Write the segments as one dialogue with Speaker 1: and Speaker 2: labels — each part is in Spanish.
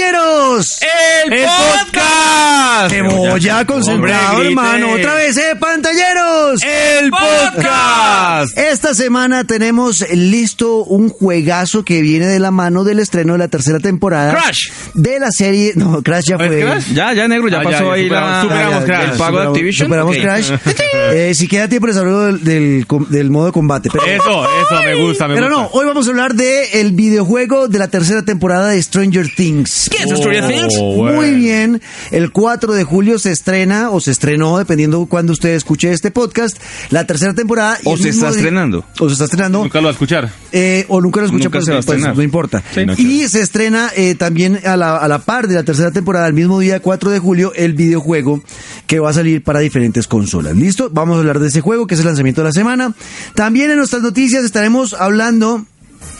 Speaker 1: bienvenidos.
Speaker 2: ¡El, podcast!
Speaker 1: Me voy a concentrar,
Speaker 2: Hombre, grite. Eh,
Speaker 1: hermano. Otra vez, ¿eh, pantalleros?
Speaker 2: ¡El podcast!
Speaker 1: Esta semana tenemos listo un juegazo que viene de la mano del estreno de la tercera temporada.
Speaker 2: Crash.
Speaker 1: De la serie. No, Crash ya fue.
Speaker 3: Ya, ya, negro, ya
Speaker 2: Ah, ya,
Speaker 3: pasó
Speaker 2: ya,
Speaker 3: ahí
Speaker 2: superamos,
Speaker 3: la,
Speaker 2: superamos,
Speaker 3: el
Speaker 2: Crash.
Speaker 3: pago de Activision.
Speaker 1: Superamos
Speaker 3: Ok.
Speaker 1: Crash. Eh, si queda tiempo, les hablo del, del com- del modo de combate. Pero,
Speaker 2: Eso, eso, me gusta, me
Speaker 1: pero
Speaker 2: gusta.
Speaker 1: no, hoy vamos a hablar de el videojuego de la tercera temporada de Stranger Things.
Speaker 3: ¿Qué es Stranger Things?
Speaker 2: Oh, bueno.
Speaker 1: Muy bien. El 4 de julio se estrena o se estrenó, dependiendo cuando usted escuche este podcast, la tercera temporada. y
Speaker 3: O
Speaker 1: el
Speaker 3: se
Speaker 1: mismo
Speaker 3: está
Speaker 1: día-
Speaker 3: estrenando.
Speaker 1: O se está estrenando.
Speaker 2: Nunca lo va a escuchar.
Speaker 1: eh, o nunca lo escucha,
Speaker 3: Nunca
Speaker 1: pues,
Speaker 3: se va a
Speaker 1: pues,
Speaker 3: estrenar.
Speaker 1: no importa.
Speaker 3: Sí. No,
Speaker 1: y se estrena eh, también a la, a la par de la tercera temporada, el mismo día, 4 de julio, el videojuego que va a salir para diferentes consolas. ¿Listo? Vamos a hablar de ese juego, que es el lanzamiento de la semana. También en nuestras noticias estaremos hablando...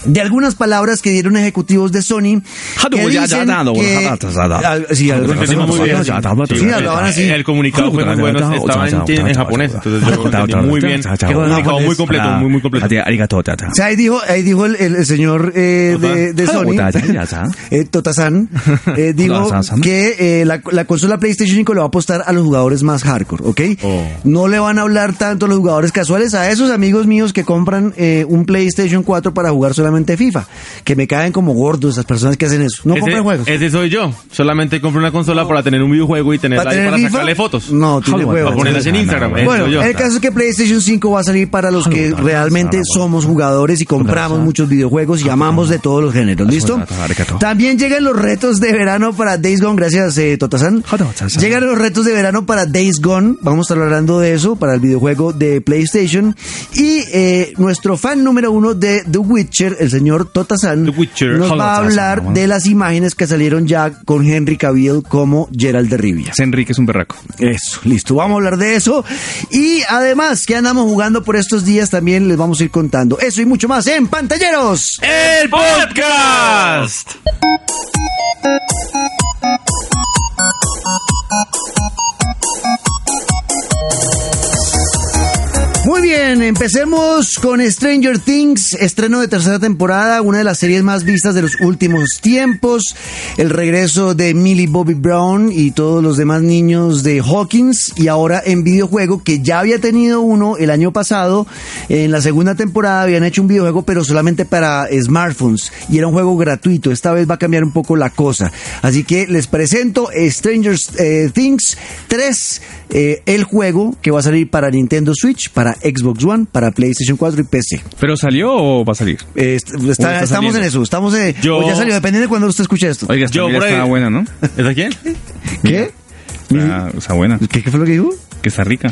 Speaker 1: De algunas palabras que dieron ejecutivos de Sony que
Speaker 3: Hadu, ya, ya,
Speaker 1: dicen
Speaker 3: dado,
Speaker 1: que-
Speaker 3: hadu, ya, dado.
Speaker 1: Ah, sí, algo-
Speaker 2: Lo entendimos muy bien.
Speaker 1: Sí, hablaban así.
Speaker 2: El comunicado fue muy bueno. este Estaba en, en japonés, entonces yo lo entendí muy bien.
Speaker 3: Qué
Speaker 2: comunicado
Speaker 3: bueno,
Speaker 2: muy
Speaker 1: japonés. Ah,
Speaker 2: completo, muy, muy completo.
Speaker 1: O sea, ahí dijo, ahí dijo el, el- el señor eh, de, de Sony, eh, Totasan, eh, dijo
Speaker 3: Totasan.
Speaker 1: que eh, la, la consola PlayStation 5 le va a apostar a los jugadores más hardcore, ¿ok?
Speaker 2: Oh.
Speaker 1: No le van a hablar tanto a los jugadores casuales, a esos amigos míos que compran eh, un PlayStation 4 para jugar solamente FIFA, que me caen como gordos esas personas que hacen eso. No compran juegos.
Speaker 2: ese soy yo. Solamente compro una consola para tener un videojuego y tenerla ahí para
Speaker 1: FIFA?
Speaker 2: sacarle fotos.
Speaker 1: No, tiene
Speaker 3: Hollywood,
Speaker 1: huevos.
Speaker 2: Para ponerlas en Instagram. ese
Speaker 1: Bueno,
Speaker 2: soy yo.
Speaker 1: el caso es que PlayStation 5 va a salir para los que
Speaker 3: Saludos,
Speaker 1: realmente
Speaker 3: saludos.
Speaker 1: somos jugadores y compramos muchos videojuegos y amamos de todos los géneros, ¿listo?
Speaker 3: Saludos, arigato.
Speaker 1: También llegan los retos de verano para Days Gone, gracias eh, Totasan.
Speaker 3: Saludos, saludos.
Speaker 1: Llegan los retos de verano para Days Gone, vamos a estar hablando de eso, para el videojuego de PlayStation. Y eh, nuestro fan número uno de The Witcher, el señor Totasan,
Speaker 2: The Witcher.
Speaker 1: nos va a
Speaker 3: Saludos,
Speaker 1: hablar
Speaker 3: saludos.
Speaker 1: de las imágenes que salieron ya con Henry Cavill como Gerald de Rivia.
Speaker 3: Enrique es un berraco.
Speaker 1: Eso, listo, vamos a hablar de eso. Y además, que andamos jugando por estos días, también les vamos a ir contando eso y mucho más en Pantalleros.
Speaker 2: ¡El podcast!
Speaker 1: Muy bien, empecemos con Stranger Things, estreno de tercera temporada, una de las series más vistas de los últimos tiempos, el regreso de Millie Bobby Brown y todos los demás niños de Hawkins y ahora en videojuego que ya había tenido uno el año pasado, en la segunda temporada habían hecho un videojuego pero solamente para smartphones y era un juego gratuito, esta vez va a cambiar un poco la cosa, así que les presento Stranger eh, Things 3, eh, el juego que va a salir para Nintendo Switch, para Xbox One, para PlayStation 4 y PC.
Speaker 3: ¿Pero salió o va a salir?
Speaker 1: Eh, est- está-
Speaker 2: está
Speaker 1: estamos
Speaker 2: saliendo.
Speaker 1: en eso, estamos en...
Speaker 2: Yo-
Speaker 1: o ya salió, depende de cuando usted escuche esto.
Speaker 3: Oiga, esta
Speaker 2: Yo
Speaker 3: mira
Speaker 2: por ahí-
Speaker 3: está buena, ¿no?
Speaker 2: ¿Es quién?
Speaker 1: ¿Qué?
Speaker 3: Está, está buena,
Speaker 1: ¿Qué, qué fue lo que dijo?
Speaker 3: que está rica.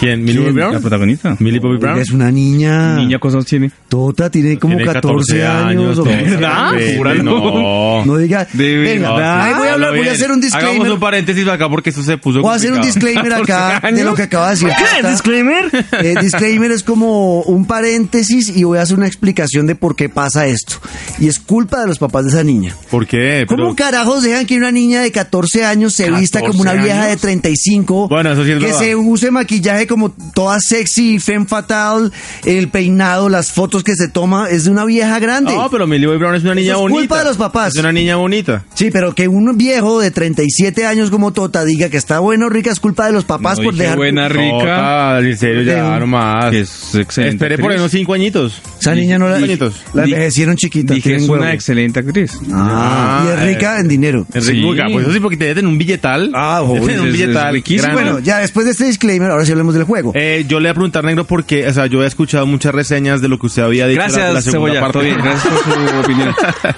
Speaker 2: ¿Quién? ¿Millie Bobby
Speaker 3: La
Speaker 2: Brown?
Speaker 3: protagonista.
Speaker 2: ¿Millie Bobby
Speaker 1: Oiga,
Speaker 2: Brown?
Speaker 1: es una niña.
Speaker 3: Niña cosas tiene.
Speaker 1: Tota tiene como
Speaker 2: Tiene
Speaker 1: 14, años. o
Speaker 2: todo.
Speaker 1: qué.
Speaker 3: ¿Verdad?
Speaker 2: Sí,
Speaker 3: Júralo.
Speaker 2: No.
Speaker 1: No diga...
Speaker 3: De
Speaker 1: venga,
Speaker 3: verdad.
Speaker 1: ahí voy a, hablar, voy a hacer un
Speaker 2: Hagamos
Speaker 1: disclaimer.
Speaker 2: un paréntesis acá porque eso se puso
Speaker 1: Voy a hacer un
Speaker 2: complicado.
Speaker 1: disclaimer acá
Speaker 3: 14
Speaker 1: de lo que acaba de decir. Tota.
Speaker 3: ¿Disclaimer?
Speaker 1: Eh, disclaimer es como un paréntesis y voy a hacer una explicación de por qué pasa esto. Y es culpa de los papás de esa niña.
Speaker 2: ¿Por qué?
Speaker 1: ¿Cómo
Speaker 2: Pero-
Speaker 1: carajos dejan que una niña de 14 años se vista como una
Speaker 2: 14
Speaker 1: vieja de
Speaker 2: años?
Speaker 1: 35?
Speaker 2: Bueno, eso sí es
Speaker 1: Que
Speaker 2: verdad.
Speaker 1: se use maquillaje como toda sexy, femme fatal, el peinado, las fotos que se toma, es de una vieja grande.
Speaker 2: No, pero Millie Bobby Brown es una niña
Speaker 1: Eso es
Speaker 2: bonita.
Speaker 1: culpa de los papás.
Speaker 2: Es una niña bonita.
Speaker 1: Sí, pero que un viejo de 37 años como Tota diga que está bueno o rica es culpa de los papás
Speaker 3: No
Speaker 1: por
Speaker 3: dije
Speaker 1: dejar...
Speaker 3: buena, rica.
Speaker 2: Tota, en serio,
Speaker 1: Sí.
Speaker 2: ya, nomás.
Speaker 3: Que es excelente
Speaker 2: Esperé por
Speaker 3: actriz.
Speaker 2: unos cinco añitos.
Speaker 1: Esa niña no la...
Speaker 2: Bonitos.
Speaker 1: La envejecieron chiquita.
Speaker 3: Dije,
Speaker 1: tienen
Speaker 3: es una
Speaker 1: huevo.
Speaker 3: excelente actriz.
Speaker 1: Ah, y es
Speaker 2: Ah,
Speaker 1: rica
Speaker 2: eh.
Speaker 1: en dinero.
Speaker 2: Enrique
Speaker 3: Sí.
Speaker 2: Burga, pues eso sí, porque te deben un billetal.
Speaker 1: Ah, joder,
Speaker 2: Te deben un
Speaker 3: es- es
Speaker 2: billetal.
Speaker 3: riquísimo.
Speaker 2: grande.
Speaker 1: Bueno, ya después de este disclaimer, ahora sí hablemos del juego.
Speaker 2: Eh, yo le voy a preguntar, negro, porque, o sea, yo he escuchado muchas reseñas de lo que usted había dicho. la, la
Speaker 3: Gracias,
Speaker 2: segunda
Speaker 3: Cebolla.
Speaker 2: parte.
Speaker 3: Todo bien, gracias por su opinión.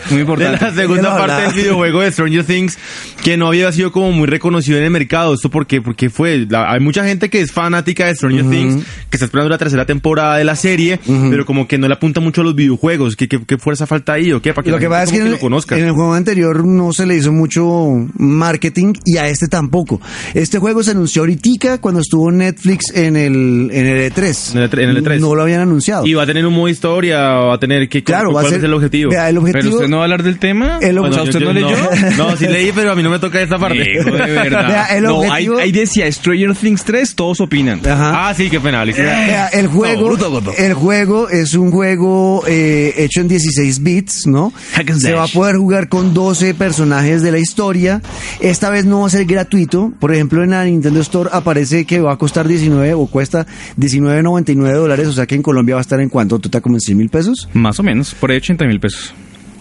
Speaker 3: Muy
Speaker 2: De
Speaker 3: importante.
Speaker 2: la segunda
Speaker 1: Quiero
Speaker 2: parte
Speaker 1: hablar.
Speaker 2: del videojuego de Stranger Things, que no había sido como muy reconocido en el mercado. ¿Esto por qué? Porque fue. la- hay mucha gente que es fanática de Stranger Things, que está esperando la tercera temporada de la serie, pero como que no le apunta mucho a los videojuegos. ¿Qué, qué- qué fuerza falta ahí o qué? Para que
Speaker 1: Lo
Speaker 2: la
Speaker 1: que
Speaker 2: gente
Speaker 1: pasa es que,
Speaker 2: como
Speaker 1: en,
Speaker 2: lo conozca.
Speaker 1: en el juego anterior no se le hizo mucho marketing y a este tampoco. Este juego se anunció ahorita cuando estuvo Netflix Things en el, en el E3.
Speaker 2: En el E3, en el E3.
Speaker 1: No lo habían anunciado.
Speaker 2: Y va a tener un modo historia, va a tener que...
Speaker 1: claro, va a
Speaker 2: ¿cuál
Speaker 1: ser
Speaker 2: es el objetivo?
Speaker 1: Vea, el
Speaker 3: Pero
Speaker 1: objetivo
Speaker 3: usted no va a hablar del tema.
Speaker 1: El
Speaker 3: o sea,
Speaker 1: objetivo-
Speaker 3: usted
Speaker 2: yo-
Speaker 3: no
Speaker 2: yo-
Speaker 3: leyó.
Speaker 2: No, sí leí, pero a mí no me toca esta parte.
Speaker 3: Hijo de verdad.
Speaker 1: Vea, el
Speaker 3: no,
Speaker 1: objetivo-
Speaker 3: ahí, ahí decía Stranger Things 3, todos opinan.
Speaker 1: Ajá.
Speaker 2: Ah, sí, qué pena, Alicia.
Speaker 1: Vea, Eh, el juego,
Speaker 3: No, bruto, gordo.
Speaker 1: el juego es un juego eh, hecho en 16 bits, ¿no?
Speaker 3: Hack and
Speaker 1: Se
Speaker 3: slash.
Speaker 1: va a poder jugar con 12 personajes de la historia. Esta vez no va a ser gratuito. Por ejemplo, en la Nintendo Store aparece que va a costar 19 o cuesta 19.99 dólares. O sea que en Colombia va a estar en cuánto, Tuta, como en 100 mil pesos.
Speaker 3: Más o menos, por ahí 80 mil pesos.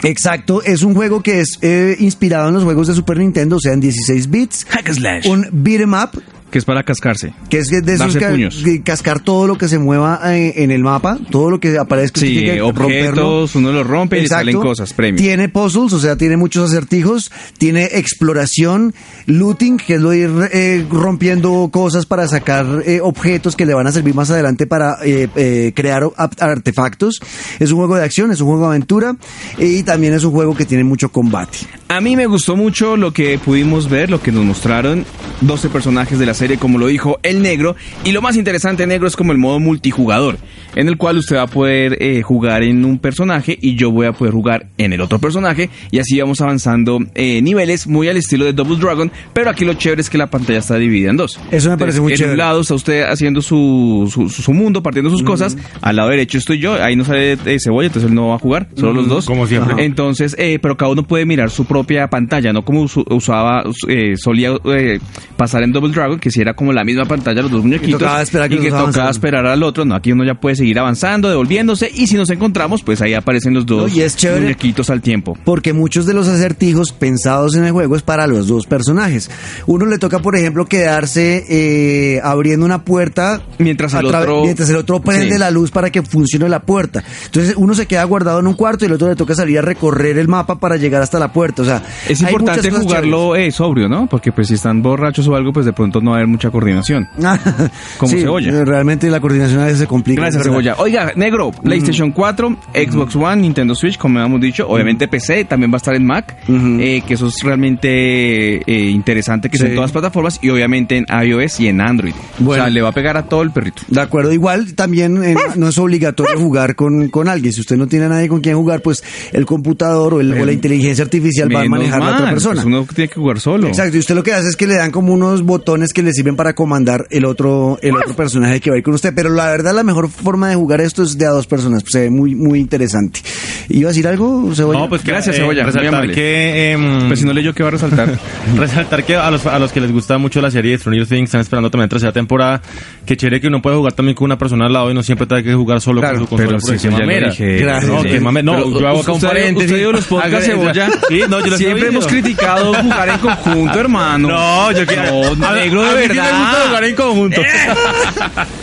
Speaker 1: Exacto, es un juego que es eh, inspirado en los juegos de Super Nintendo, o sea, en 16 bits.
Speaker 3: Hack slash.
Speaker 1: Un beat 'em up,
Speaker 3: Que es para cascarse.
Speaker 1: que es de esos
Speaker 3: Darse
Speaker 1: ca-
Speaker 3: puños.
Speaker 1: de cascar todo lo que se mueva eh, en el mapa, todo lo que aparezca. usted
Speaker 3: Sí,
Speaker 1: tiene que romperlo.
Speaker 3: objetos, uno los rompe y le
Speaker 1: Exacto.
Speaker 3: salen cosas, premios.
Speaker 1: Tiene puzzles, o sea, tiene muchos acertijos, tiene exploración, looting, que es lo de ir eh, rompiendo cosas para sacar eh, objetos que le van a servir más adelante para eh, eh, crear o- ap- artefactos. Es un juego de acción, es un juego de aventura y también es un juego que tiene mucho combate.
Speaker 3: A mí me gustó mucho lo que pudimos ver, lo que nos mostraron 12 personajes de la serie, como lo dijo el negro. Y lo más interesante, negro, es como el modo multijugador, en el cual usted va a poder eh, jugar en un personaje y yo voy a poder jugar en el otro personaje. Y así vamos avanzando eh, niveles muy al estilo de Double Dragon, pero aquí lo chévere es que la pantalla está dividida en dos.
Speaker 1: Eso me parece muy
Speaker 3: en
Speaker 1: chévere.
Speaker 3: un lado está usted haciendo su, su, su mundo, partiendo sus cosas. Al lado derecho estoy yo, ahí no sale eh, cebolla, entonces él no va a jugar, solo los dos.
Speaker 2: como siempre.
Speaker 3: Ajá. Entonces, eh, pero cada uno puede mirar su propia pantalla, no como usu- usaba, us- eh, solía eh, pasar en Double Dragon, que si era como la misma pantalla, los dos muñequitos.
Speaker 1: tocaba esperar que
Speaker 3: y
Speaker 1: los dos
Speaker 3: tocaba
Speaker 1: avanzaran.
Speaker 3: esperar al otro. No, aquí uno ya puede seguir avanzando, devolviéndose, y si nos encontramos, pues ahí aparecen los dos
Speaker 1: No, y es chévere.
Speaker 3: muñequitos al tiempo.
Speaker 1: Porque muchos de los acertijos pensados en el juego es para los dos personajes. Uno le toca, por ejemplo, quedarse eh, abriendo una puerta
Speaker 3: Mientras el
Speaker 1: a través-
Speaker 3: otro-
Speaker 1: mientras el otro prende
Speaker 3: Sí.
Speaker 1: la luz para que funcione la puerta. Entonces uno se queda guardado en un cuarto y el otro le toca salir a recorrer el mapa para llegar hasta la puerta. O sea,
Speaker 3: Es
Speaker 1: hay muchas
Speaker 3: importante
Speaker 1: cosas
Speaker 3: jugarlo eh, sobrio, ¿no? Porque pues si están borrachos o algo, pues de pronto no va a haber mucha coordinación.
Speaker 1: chéveres.
Speaker 3: Como
Speaker 1: Sí,
Speaker 3: cebolla.
Speaker 1: Realmente la coordinación a veces se complica.
Speaker 3: Gracias,
Speaker 1: es verdad.
Speaker 3: Cebolla. Oiga, negro, PlayStation 4, Xbox One, Nintendo Switch, como hemos dicho, obviamente PC, también va a estar en Mac,
Speaker 1: Ujú.
Speaker 3: eh, que eso es realmente eh, interesante, que son
Speaker 1: Sí.
Speaker 3: todas las plataformas, y obviamente en iOS y en Android.
Speaker 1: Bueno.
Speaker 3: O sea, le va a pegar a todo el perrito.
Speaker 1: De acuerdo, igual también eh, no es obligatorio jugar con, con alguien. Si usted no tiene a nadie con quien jugar, pues el computador o, el-
Speaker 2: Em,
Speaker 1: o la inteligencia artificial va a
Speaker 3: Menos
Speaker 1: manejar a la otra
Speaker 3: mal,
Speaker 1: persona.
Speaker 3: pues uno tiene que jugar solo.
Speaker 1: Exacto, y usted lo que hace es que le dan como unos botones que le sirven para comandar el otro, el otro personaje que va a ir con usted. Pero la verdad, la mejor forma de jugar esto es de a dos personas. Pues se ve muy, muy interesante. ¿Iba a decir algo, Cebolla?
Speaker 2: No, pues que,
Speaker 3: Gracias, Cebolla, muy
Speaker 2: Resaltar
Speaker 3: amable.
Speaker 2: que, em,
Speaker 3: Pues si no leyó, ¿qué va a resaltar?
Speaker 2: resaltar que a los, a los que les gusta mucho la serie de Stranger Things están esperando también la tercera temporada. Que chévere que uno puede jugar también con una persona al lado y no siempre tenga que jugar solo
Speaker 3: Claro,
Speaker 2: con su consola.
Speaker 3: pero
Speaker 2: porque
Speaker 3: sí,
Speaker 2: qué
Speaker 3: eso ya lo
Speaker 2: mamera.
Speaker 3: dije.
Speaker 1: Gracias.
Speaker 2: No,
Speaker 1: Sí.
Speaker 2: qué mamera. No,
Speaker 3: Pero
Speaker 2: yo hago acá un
Speaker 3: usted-
Speaker 2: paréntesis.
Speaker 3: usted dio los podcasts,
Speaker 2: Haga-
Speaker 3: Cebolla.
Speaker 2: Sí, no, yo los he
Speaker 3: Siempre
Speaker 2: oído.
Speaker 3: hemos criticado jugar en conjunto, hermano.
Speaker 2: No, yo quiero. Ah,
Speaker 3: No,
Speaker 2: A-
Speaker 3: negro,
Speaker 2: a
Speaker 3: de
Speaker 2: mí sí me gusta
Speaker 3: verdad. Eh.
Speaker 2: jugar en conjunto.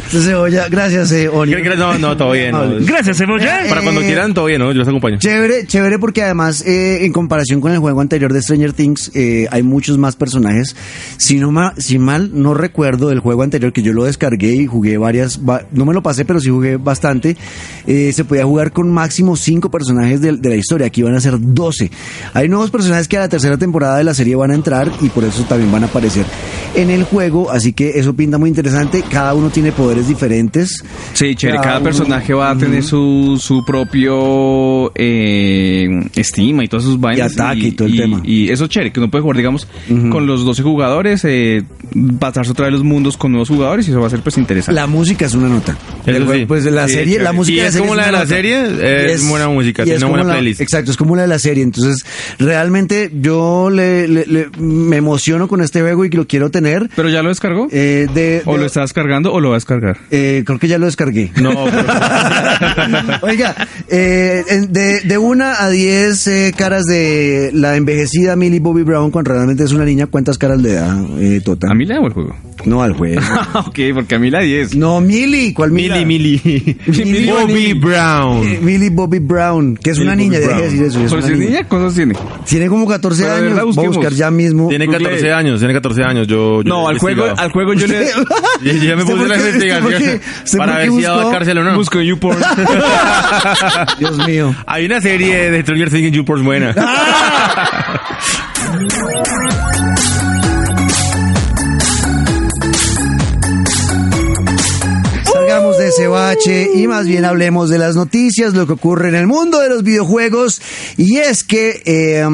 Speaker 1: Entonces, Cebolla, gracias, eh, Oli.
Speaker 2: No, no, todo bien. no.
Speaker 3: Gracias, Cebolla.
Speaker 2: Para cuando
Speaker 1: Eh,
Speaker 2: quieran, todo bien, ¿no? Yo los acompaño.
Speaker 1: Chévere, chévere porque además eh, en comparación con el juego anterior de Stranger Things eh, hay muchos más personajes. Si, no ma- si mal no recuerdo el juego anterior que yo lo descargué y jugué varias, va- no me lo pasé pero sí jugué bastante, eh, se podía jugar con máximo 5 personajes del- de, la historia, aquí van a ser 12. Hay nuevos personajes que a la tercera temporada de la serie van a entrar y por eso también van a aparecer en el juego, así que eso pinta muy interesante, cada uno tiene poderes diferentes.
Speaker 3: Sí, chévere.
Speaker 1: Cada
Speaker 3: Cada
Speaker 1: uno.
Speaker 3: personaje va a tener su, su propio eh, estima y todas sus vainas.
Speaker 1: ataque y todo el tema.
Speaker 3: Y eso es chévere, que uno puede jugar, digamos, con los 12 jugadores, eh, pasarse otra vez los mundos con nuevos jugadores y eso va a ser pues interesante.
Speaker 1: La música es una nota.
Speaker 2: Eso
Speaker 1: Del juego,
Speaker 2: sí.
Speaker 1: Pues de la
Speaker 2: Sí,
Speaker 1: serie, la
Speaker 2: chévere.
Speaker 1: música
Speaker 2: Y
Speaker 1: de
Speaker 2: es
Speaker 1: serie
Speaker 2: como la
Speaker 1: una
Speaker 2: de la
Speaker 1: nota.
Speaker 2: serie, eh, es buena música,
Speaker 1: y
Speaker 2: tiene
Speaker 1: es
Speaker 2: una
Speaker 1: como
Speaker 2: buena
Speaker 1: la-
Speaker 2: playlist.
Speaker 1: Exacto, es como la de la serie. Entonces, realmente yo le, le- le- me emociono con este juego y lo quiero tener.
Speaker 3: ¿Pero ya lo descargó?
Speaker 1: Eh, de,
Speaker 3: ¿O
Speaker 1: de-
Speaker 3: lo está descargando o lo va a descargar?
Speaker 1: eh, creo que ya lo descargué.
Speaker 2: No, pues.
Speaker 1: Oiga, eh, en- de, de una a diez eh, caras de la envejecida Millie Bobby Brown, cuando realmente es una niña, ¿cuántas caras le da, eh, Tota?
Speaker 3: ¿A mí la o el juego?
Speaker 1: No al juego.
Speaker 3: ok, porque a mí la 10.
Speaker 1: no, Millie, ¿cuál Mila?
Speaker 2: Millie, Millie.
Speaker 1: Millie
Speaker 2: Bobby
Speaker 1: Eh,
Speaker 2: Brown.
Speaker 1: Millie Bobby Brown, que es
Speaker 2: Millie
Speaker 1: una
Speaker 2: Bobby
Speaker 1: niña, deje
Speaker 2: Brown.
Speaker 1: de decir eso. es
Speaker 3: ¿Por
Speaker 1: una
Speaker 3: si es
Speaker 1: niña.
Speaker 3: niña? ¿Cuántos tiene?
Speaker 1: Tiene como 14
Speaker 3: Pero de
Speaker 1: años,
Speaker 3: verdad,
Speaker 1: voy a
Speaker 3: busquemos.
Speaker 1: buscar ya mismo.
Speaker 2: Tiene
Speaker 3: Google.
Speaker 2: 14 años, tiene 14 años. Yo, yo
Speaker 3: No,
Speaker 2: he
Speaker 3: al juego,
Speaker 2: investigado.
Speaker 3: al juego yo le...
Speaker 2: Yo ya me
Speaker 1: ¿Usted
Speaker 2: puse
Speaker 1: ¿Este por qué- usted
Speaker 2: la
Speaker 1: por
Speaker 2: investigación
Speaker 1: qué- usted
Speaker 2: para
Speaker 1: por
Speaker 2: ver
Speaker 1: qué
Speaker 2: si va a
Speaker 1: buscó?
Speaker 2: cárcel o no.
Speaker 3: Busco en YouPorn.
Speaker 1: Dios mío.
Speaker 2: Hay una serie de Stranger Things en YouPorn buena.
Speaker 1: Ah, salgamos de ese bache y más bien hablemos de las noticias, lo que ocurre en el mundo de los videojuegos. Y es que eh,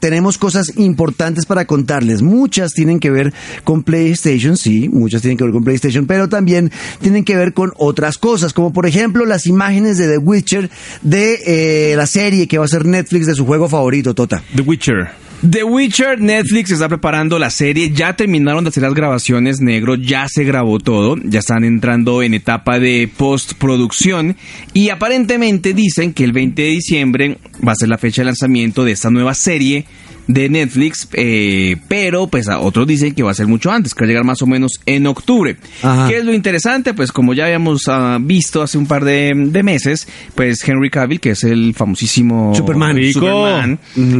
Speaker 1: tenemos cosas importantes para contarles. Muchas tienen que ver con PlayStation, sí, muchas tienen que ver con PlayStation, pero también tienen que ver con otras cosas, como por ejemplo las imágenes de The Witcher de eh, la serie que va a ser Netflix de su juego favorito, Tota.
Speaker 2: The Witcher.
Speaker 3: The Witcher, Netflix está preparando la serie, ya terminaron de hacer las grabaciones negro, ya se grabó todo, ya están entrando en etapa de postproducción y aparentemente dicen que el 20 de diciembre va a ser la fecha de lanzamiento de esta nueva serie de Netflix, eh, pero pues a otros dicen que va a ser mucho antes, que va a llegar más o menos en octubre.
Speaker 1: Ajá.
Speaker 3: ¿Qué es lo interesante? Pues como ya habíamos ah, visto hace un par de, de meses, pues Henry Cavill, que es el famosísimo
Speaker 1: Superman.
Speaker 2: Rico.
Speaker 3: Superman,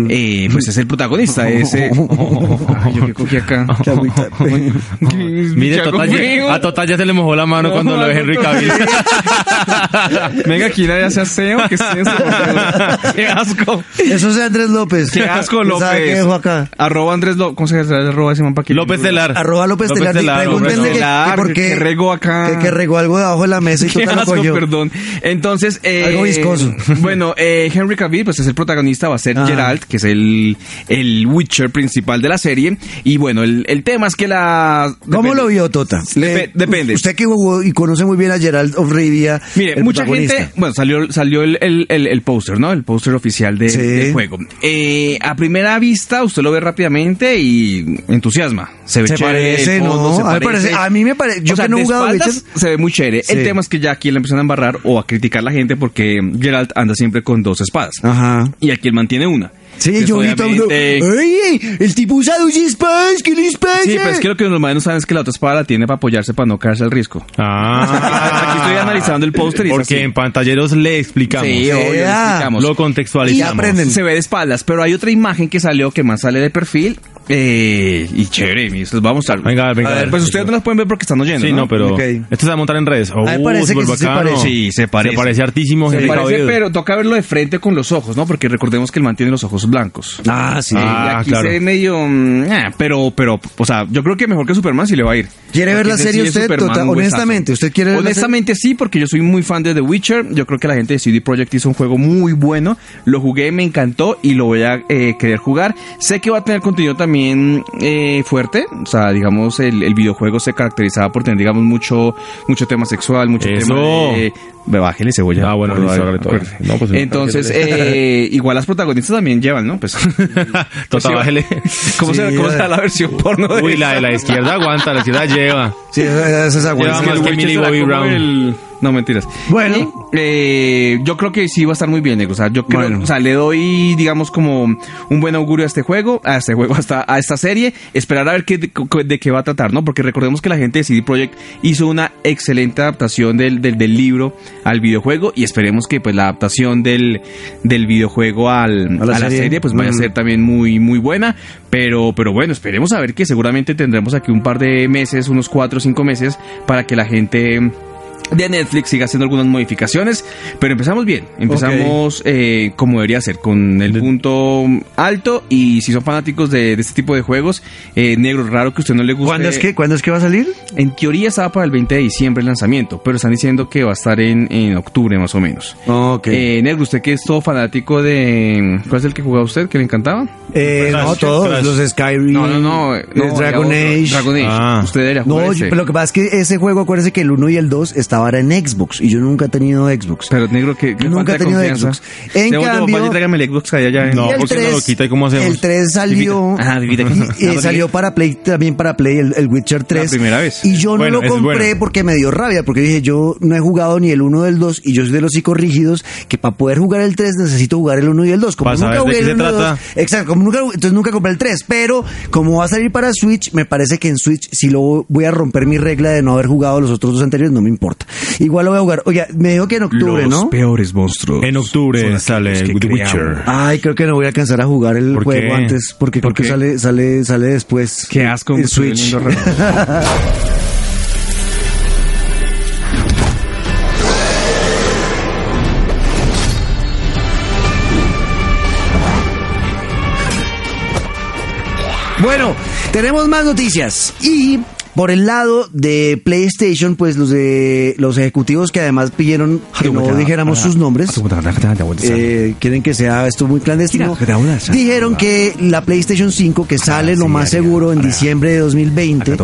Speaker 3: eh, pues es el protagonista, ese. Ay, yo que cogí acá.
Speaker 2: Mire,
Speaker 3: Chaco,
Speaker 2: Total
Speaker 3: güey.
Speaker 2: ya- a Total ya se le mojó la mano
Speaker 3: No,
Speaker 2: cuando lo ve
Speaker 3: no,
Speaker 2: Henry
Speaker 3: no,
Speaker 2: Cavill.
Speaker 3: Venga, aquí nadie hace aseo. ¿Qué es eso? Qué asco.
Speaker 1: Eso es de Andrés López.
Speaker 3: Qué asco,
Speaker 1: ¿Sabe
Speaker 3: López.
Speaker 1: qué dejo acá?
Speaker 3: Arroba Andrés López. ¿Cómo se llama? Arroba ese man pa' que-
Speaker 2: López Telar.
Speaker 1: Arroba López
Speaker 2: López
Speaker 1: Telar. y
Speaker 2: Telar,
Speaker 1: Pregúntenle
Speaker 2: López
Speaker 1: que-
Speaker 3: Telar,
Speaker 1: que por qué.
Speaker 3: que regó acá.
Speaker 1: Que, que regó algo debajo de la mesa y
Speaker 3: Qué
Speaker 1: Tota lo
Speaker 3: asco,
Speaker 1: cogió.
Speaker 3: perdón. Entonces, eh,
Speaker 1: Algo viscoso.
Speaker 3: Bueno, eh, Henry Cavill, pues es el protagonista, va a ser
Speaker 1: Ah.
Speaker 3: Geralt, que es el, el Witcher principal de la serie. Y bueno, el, el tema es que la.
Speaker 1: ¿Cómo
Speaker 3: depende.
Speaker 1: lo vio Tota?
Speaker 3: Depe- depende.
Speaker 1: Usted que jugó y conoce muy bien a Gerald of Rivia.
Speaker 3: Mire,
Speaker 1: el
Speaker 3: mucha
Speaker 1: protagonista.
Speaker 3: gente, bueno, salió, salió el, el, el, el póster, ¿no? El póster oficial de-
Speaker 1: Sí.
Speaker 3: del juego. Eh, a primera vista, usted lo ve rápidamente y entusiasma. Se ve
Speaker 1: Se
Speaker 3: chévere,
Speaker 1: parece,
Speaker 3: el fondo,
Speaker 1: ¿no?
Speaker 3: se
Speaker 1: a, mí parece- a mí me parece. Yo
Speaker 3: O sea,
Speaker 1: que no he
Speaker 3: de
Speaker 1: jugado
Speaker 3: espaldas
Speaker 1: Witcher.
Speaker 3: Se ve muy chévere.
Speaker 1: Sí.
Speaker 3: El tema es que ya aquí le empiezan a embarrar o a criticar la gente porque Geralt anda siempre con dos espadas.
Speaker 1: Ajá.
Speaker 3: Y aquí él mantiene una.
Speaker 1: Ah. Sí,
Speaker 3: Pues,
Speaker 1: yo vi todo. ¡Eh!
Speaker 3: obviamente-
Speaker 1: ¡Ey! El tipo usa dos espadas. ¿Qué les pasa?
Speaker 3: Sí, pues, pero es que lo que los malos no saben es que la otra espada la tiene para apoyarse para no caerse al riesgo.
Speaker 2: Ah.
Speaker 3: Aquí estoy analizando el póster y es
Speaker 2: Porque
Speaker 3: así.
Speaker 2: en pantalleros le explicamos.
Speaker 3: Sí, obvio, le
Speaker 1: Vea.
Speaker 3: explicamos.
Speaker 2: lo contextualizamos.
Speaker 1: Y aprenden.
Speaker 3: Se ve de espaldas, pero hay otra imagen que salió que más sale de perfil. eh, y chévere, mis, les vamos a mostrar.
Speaker 2: Venga, venga,
Speaker 3: A
Speaker 2: a
Speaker 3: ver,
Speaker 2: ver.
Speaker 3: pues ustedes no Ah, las pueden ver porque están oyendo.
Speaker 2: Sí, no, pero
Speaker 1: Ok.
Speaker 2: esto se va a montar en redes.
Speaker 1: A mí
Speaker 2: Uh,
Speaker 1: parece que sí
Speaker 2: súper
Speaker 1: se
Speaker 2: bacano.
Speaker 1: parece.
Speaker 3: Sí, se parece.
Speaker 2: Se parece hartísimo,
Speaker 3: Se
Speaker 2: Henry
Speaker 3: parece,
Speaker 2: Cavill.
Speaker 3: pero toca verlo de frente con los ojos, ¿no? Porque recordemos que el man tiene los ojos blancos.
Speaker 1: Ah, sí.
Speaker 2: Ah.
Speaker 3: y aquí
Speaker 2: claro.
Speaker 3: se ve medio. mm, ah, pero, pero, o sea, yo creo que mejor que Superman sí le va a ir.
Speaker 1: ¿Quiere ver
Speaker 3: Porque
Speaker 1: la
Speaker 3: ese
Speaker 1: serie
Speaker 3: sí es
Speaker 1: usted,
Speaker 3: Superman,
Speaker 1: Tota?
Speaker 3: un huesazo.
Speaker 1: Honestamente, ¿usted quiere ver la
Speaker 3: Honestamente sí, porque yo soy muy fan de The Witcher. Yo creo que la gente de CD Projekt hizo un juego muy bueno. Lo jugué, me encantó y lo voy a eh, querer jugar. Sé que va a tener contenido también eh, fuerte. O sea, digamos, el, el videojuego se caracterizaba por tener, digamos, mucho, mucho tema sexual, mucho
Speaker 2: Eso.
Speaker 3: tema de... Ve, Bájele cebolla.
Speaker 2: Ah, bueno,
Speaker 3: Por
Speaker 2: listo,
Speaker 3: favor.
Speaker 2: hágale todo. No, pues,
Speaker 3: Entonces, eh, igual las protagonistas también llevan, ¿no? Pues
Speaker 2: Tota,
Speaker 3: sí, va.
Speaker 2: bájele.
Speaker 3: ¿Cómo,
Speaker 1: Sí,
Speaker 3: será, cómo
Speaker 1: eh.
Speaker 3: será la versión porno de
Speaker 2: Uy, la de
Speaker 3: esa?
Speaker 2: la izquierda aguanta, la izquierda lleva.
Speaker 1: Sí, esa esa es agua.
Speaker 2: Lleva
Speaker 1: Es que
Speaker 2: más
Speaker 1: el
Speaker 2: que
Speaker 1: Witcher-
Speaker 2: Millie
Speaker 3: será
Speaker 2: Bobby
Speaker 3: como
Speaker 2: Brown.
Speaker 3: el- No, mentiras.
Speaker 1: Bueno.
Speaker 3: Y, eh, yo creo que sí va a estar muy bien, Nico. O sea, yo creo,
Speaker 1: Bueno.
Speaker 3: o sea, le doy, digamos, como un buen augurio a este juego, a este juego, hasta a esta serie. Esperar a ver qué, de, de qué va a tratar, ¿no? Porque recordemos que la gente de CD Projekt hizo una excelente adaptación del, del, del libro al videojuego y esperemos que pues la adaptación del, del videojuego al,
Speaker 1: A la
Speaker 3: a la,
Speaker 1: serie.
Speaker 3: serie. pues vaya a
Speaker 1: Mm.
Speaker 3: ser también muy, muy buena. Pero, pero bueno, esperemos a ver que seguramente tendremos aquí un par de meses, unos cuatro o cinco meses, para que la gente de Netflix siga haciendo algunas modificaciones. Pero empezamos bien, empezamos eh, como debería ser, con el punto alto. Y si son fanáticos de, de este tipo de juegos, eh, negro raro que a usted no le guste.
Speaker 1: ¿Cuándo es que cuándo es que va a salir?
Speaker 3: En teoría estaba para el 20 de diciembre el lanzamiento, pero están diciendo que va a estar en, en octubre más o menos.
Speaker 1: Ok.
Speaker 3: Eh, negro, usted que es todo fanático de... ¿Cuál es el que jugaba usted, que le encantaba?
Speaker 1: Eh,
Speaker 2: Crash,
Speaker 1: no, todos
Speaker 2: Crash.
Speaker 1: los Skyrim.
Speaker 3: No, no, no. eh, no,
Speaker 1: los Dragon
Speaker 3: era otro,
Speaker 1: Age.
Speaker 3: Dragon Age.
Speaker 2: Ah.
Speaker 3: Usted debería jugar
Speaker 1: No,
Speaker 3: ese.
Speaker 1: yo- pero lo que pasa es que ese juego, acuérdese que el 1 y el 2 estaba ahora en Xbox y yo nunca he tenido Xbox.
Speaker 3: Pero negro que... que
Speaker 1: Nunca
Speaker 3: falta
Speaker 1: he tenido
Speaker 3: de confianza.
Speaker 1: Xbox. En
Speaker 3: Debo- debo-
Speaker 1: cambio-
Speaker 3: vaya, tráigame el Xbox que hay allá en-
Speaker 2: No,
Speaker 1: Y el
Speaker 2: porque no
Speaker 1: tres-
Speaker 2: lo quita, ¿y cómo hacemos?
Speaker 1: El 3 salió.
Speaker 3: Vivita. Ah, Vivita.
Speaker 1: Y
Speaker 3: Ah, porque-
Speaker 1: salió para Play, también para Play, el, el Witcher 3.
Speaker 3: primera vez.
Speaker 1: Y yo
Speaker 2: Bueno,
Speaker 1: no lo
Speaker 2: es
Speaker 1: compré
Speaker 2: bueno.
Speaker 1: porque me dio rabia, porque dije, yo no he jugado ni el 1 del 2 y yo soy de los psicorrígidos que para poder jugar el 3 necesito jugar el 1 y el 2. Como
Speaker 2: Para
Speaker 1: nunca
Speaker 2: saber de
Speaker 1: jugué
Speaker 2: qué
Speaker 1: el
Speaker 2: se
Speaker 1: 1 y el
Speaker 2: trata.
Speaker 1: 2, exacto, como nunca, entonces nunca compré el 3, pero como va a salir para Switch, me parece que en Switch si lo voy a romper mi regla de no haber jugado los otros dos anteriores, no me importa. Igual lo voy a jugar. Oiga, me dijo que en octubre,
Speaker 3: Los
Speaker 1: ¿no?
Speaker 3: peores monstruos.
Speaker 2: En
Speaker 3: Pues, son
Speaker 2: octubre
Speaker 3: aquellos
Speaker 2: sale
Speaker 3: que
Speaker 2: The
Speaker 3: creamos.
Speaker 2: Witcher.
Speaker 1: Ay, creo que no voy a alcanzar a jugar el
Speaker 2: ¿Por
Speaker 1: juego
Speaker 2: qué?
Speaker 1: antes porque creo
Speaker 3: ¿Por
Speaker 1: que
Speaker 3: qué?
Speaker 1: sale sale sale después.
Speaker 3: Qué asco. me
Speaker 1: en
Speaker 3: estoy
Speaker 1: Switch.
Speaker 3: volviendo raro.
Speaker 1: Bueno, tenemos más noticias y Por el lado de PlayStation, pues los de los ejecutivos que además pidieron
Speaker 2: Ah,
Speaker 1: que no dijéramos sus nombres, eh, quieren que sea esto muy clandestino, dijeron que la PlayStation 5 que sale lo más seguro en diciembre de 2020,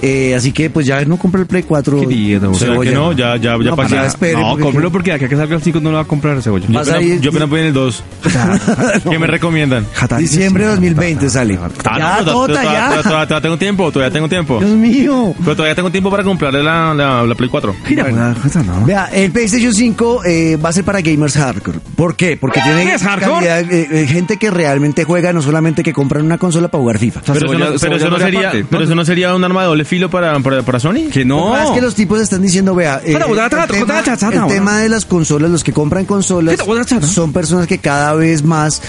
Speaker 1: eh, así que pues ya no compré el Play 4.
Speaker 2: ¿Será que
Speaker 1: Cebolla.
Speaker 2: no? Ya, ya, ya
Speaker 1: No,
Speaker 2: pasé.
Speaker 1: para- espere,
Speaker 3: no,
Speaker 1: porque-
Speaker 3: cómprelo porque de aquí a que salga el 5 no lo va a comprar cebolla.
Speaker 2: Yo
Speaker 1: Vas a
Speaker 2: apenas-
Speaker 1: ir-
Speaker 2: yo apenas voy en el 2. ¿Qué me recomiendan?
Speaker 1: Diciembre de 2020 sale.
Speaker 2: Ah,
Speaker 1: Ya,
Speaker 2: no,
Speaker 1: Tota, ya.
Speaker 2: todavía- todavía- todavía- Todavía tengo tiempo, todavía tengo tiempo.
Speaker 1: Dios mío.
Speaker 2: Pero todavía tengo tiempo para comprarle la, la, la Play 4.
Speaker 1: Vea, el PlayStation 5 eh, va a ser para gamers hardcore. ¿Por qué? Porque tiene
Speaker 3: ¿Qué es hardcore?
Speaker 1: cantidad, eh, eh, gente que realmente juega, no solamente que compran una consola para jugar FIFA.
Speaker 2: Pero, eso, no,
Speaker 3: Cebolla-
Speaker 2: pero, eso no
Speaker 3: cebolla
Speaker 2: sería,
Speaker 3: aparte.
Speaker 2: pero eso no sería un arma de doble filo para, para, para Sony.
Speaker 3: Que
Speaker 1: Lo que
Speaker 3: no.
Speaker 1: pasa es que los tipos están diciendo, vea, eh, el,
Speaker 3: Chata, chata, chata,
Speaker 1: tema,
Speaker 3: chata, chata,
Speaker 1: el
Speaker 3: chata.
Speaker 1: tema de las consolas, los que compran consolas,
Speaker 3: Chata, chata.
Speaker 1: son personas que cada vez más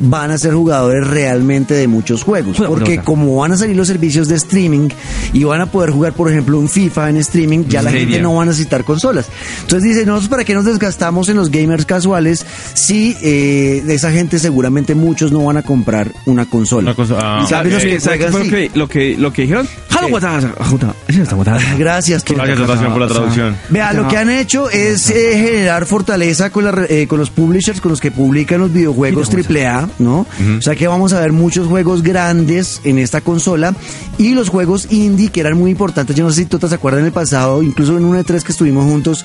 Speaker 1: van a ser jugadores realmente de muchos juegos.
Speaker 3: Chata,
Speaker 1: Porque
Speaker 3: chata.
Speaker 1: como van a salir los servicios de streaming y van a poder jugar, por ejemplo, un FIFA en streaming, ya la
Speaker 3: Stadia.
Speaker 1: gente no va a necesitar consolas. Entonces dicen, nosotros para qué nos desgastamos en los gamers casuales si eh, de esa gente seguramente muchos no van a comprar una consola.
Speaker 2: Una cosa- ah,
Speaker 1: Y saben
Speaker 3: ¿Sabes
Speaker 1: los que juegan,
Speaker 3: ¿sabes qué fue
Speaker 1: sí.
Speaker 3: lo que- lo que lo que dijeron? Jalo, guatá, juta. Ese está guatá.
Speaker 1: Gracias, Toto.
Speaker 2: Gracias, Tatación, por la traducción.
Speaker 1: Vea, lo que han hecho es eh, generar fortaleza con, la re- eh, con los publishers, con los que publican los videojuegos AAA, ¿no? O sea que vamos a ver muchos juegos grandes en esta consola y los juegos indie que eran muy importantes. Yo no sé si todas se acuerdan en el pasado, incluso en una de tres que estuvimos juntos.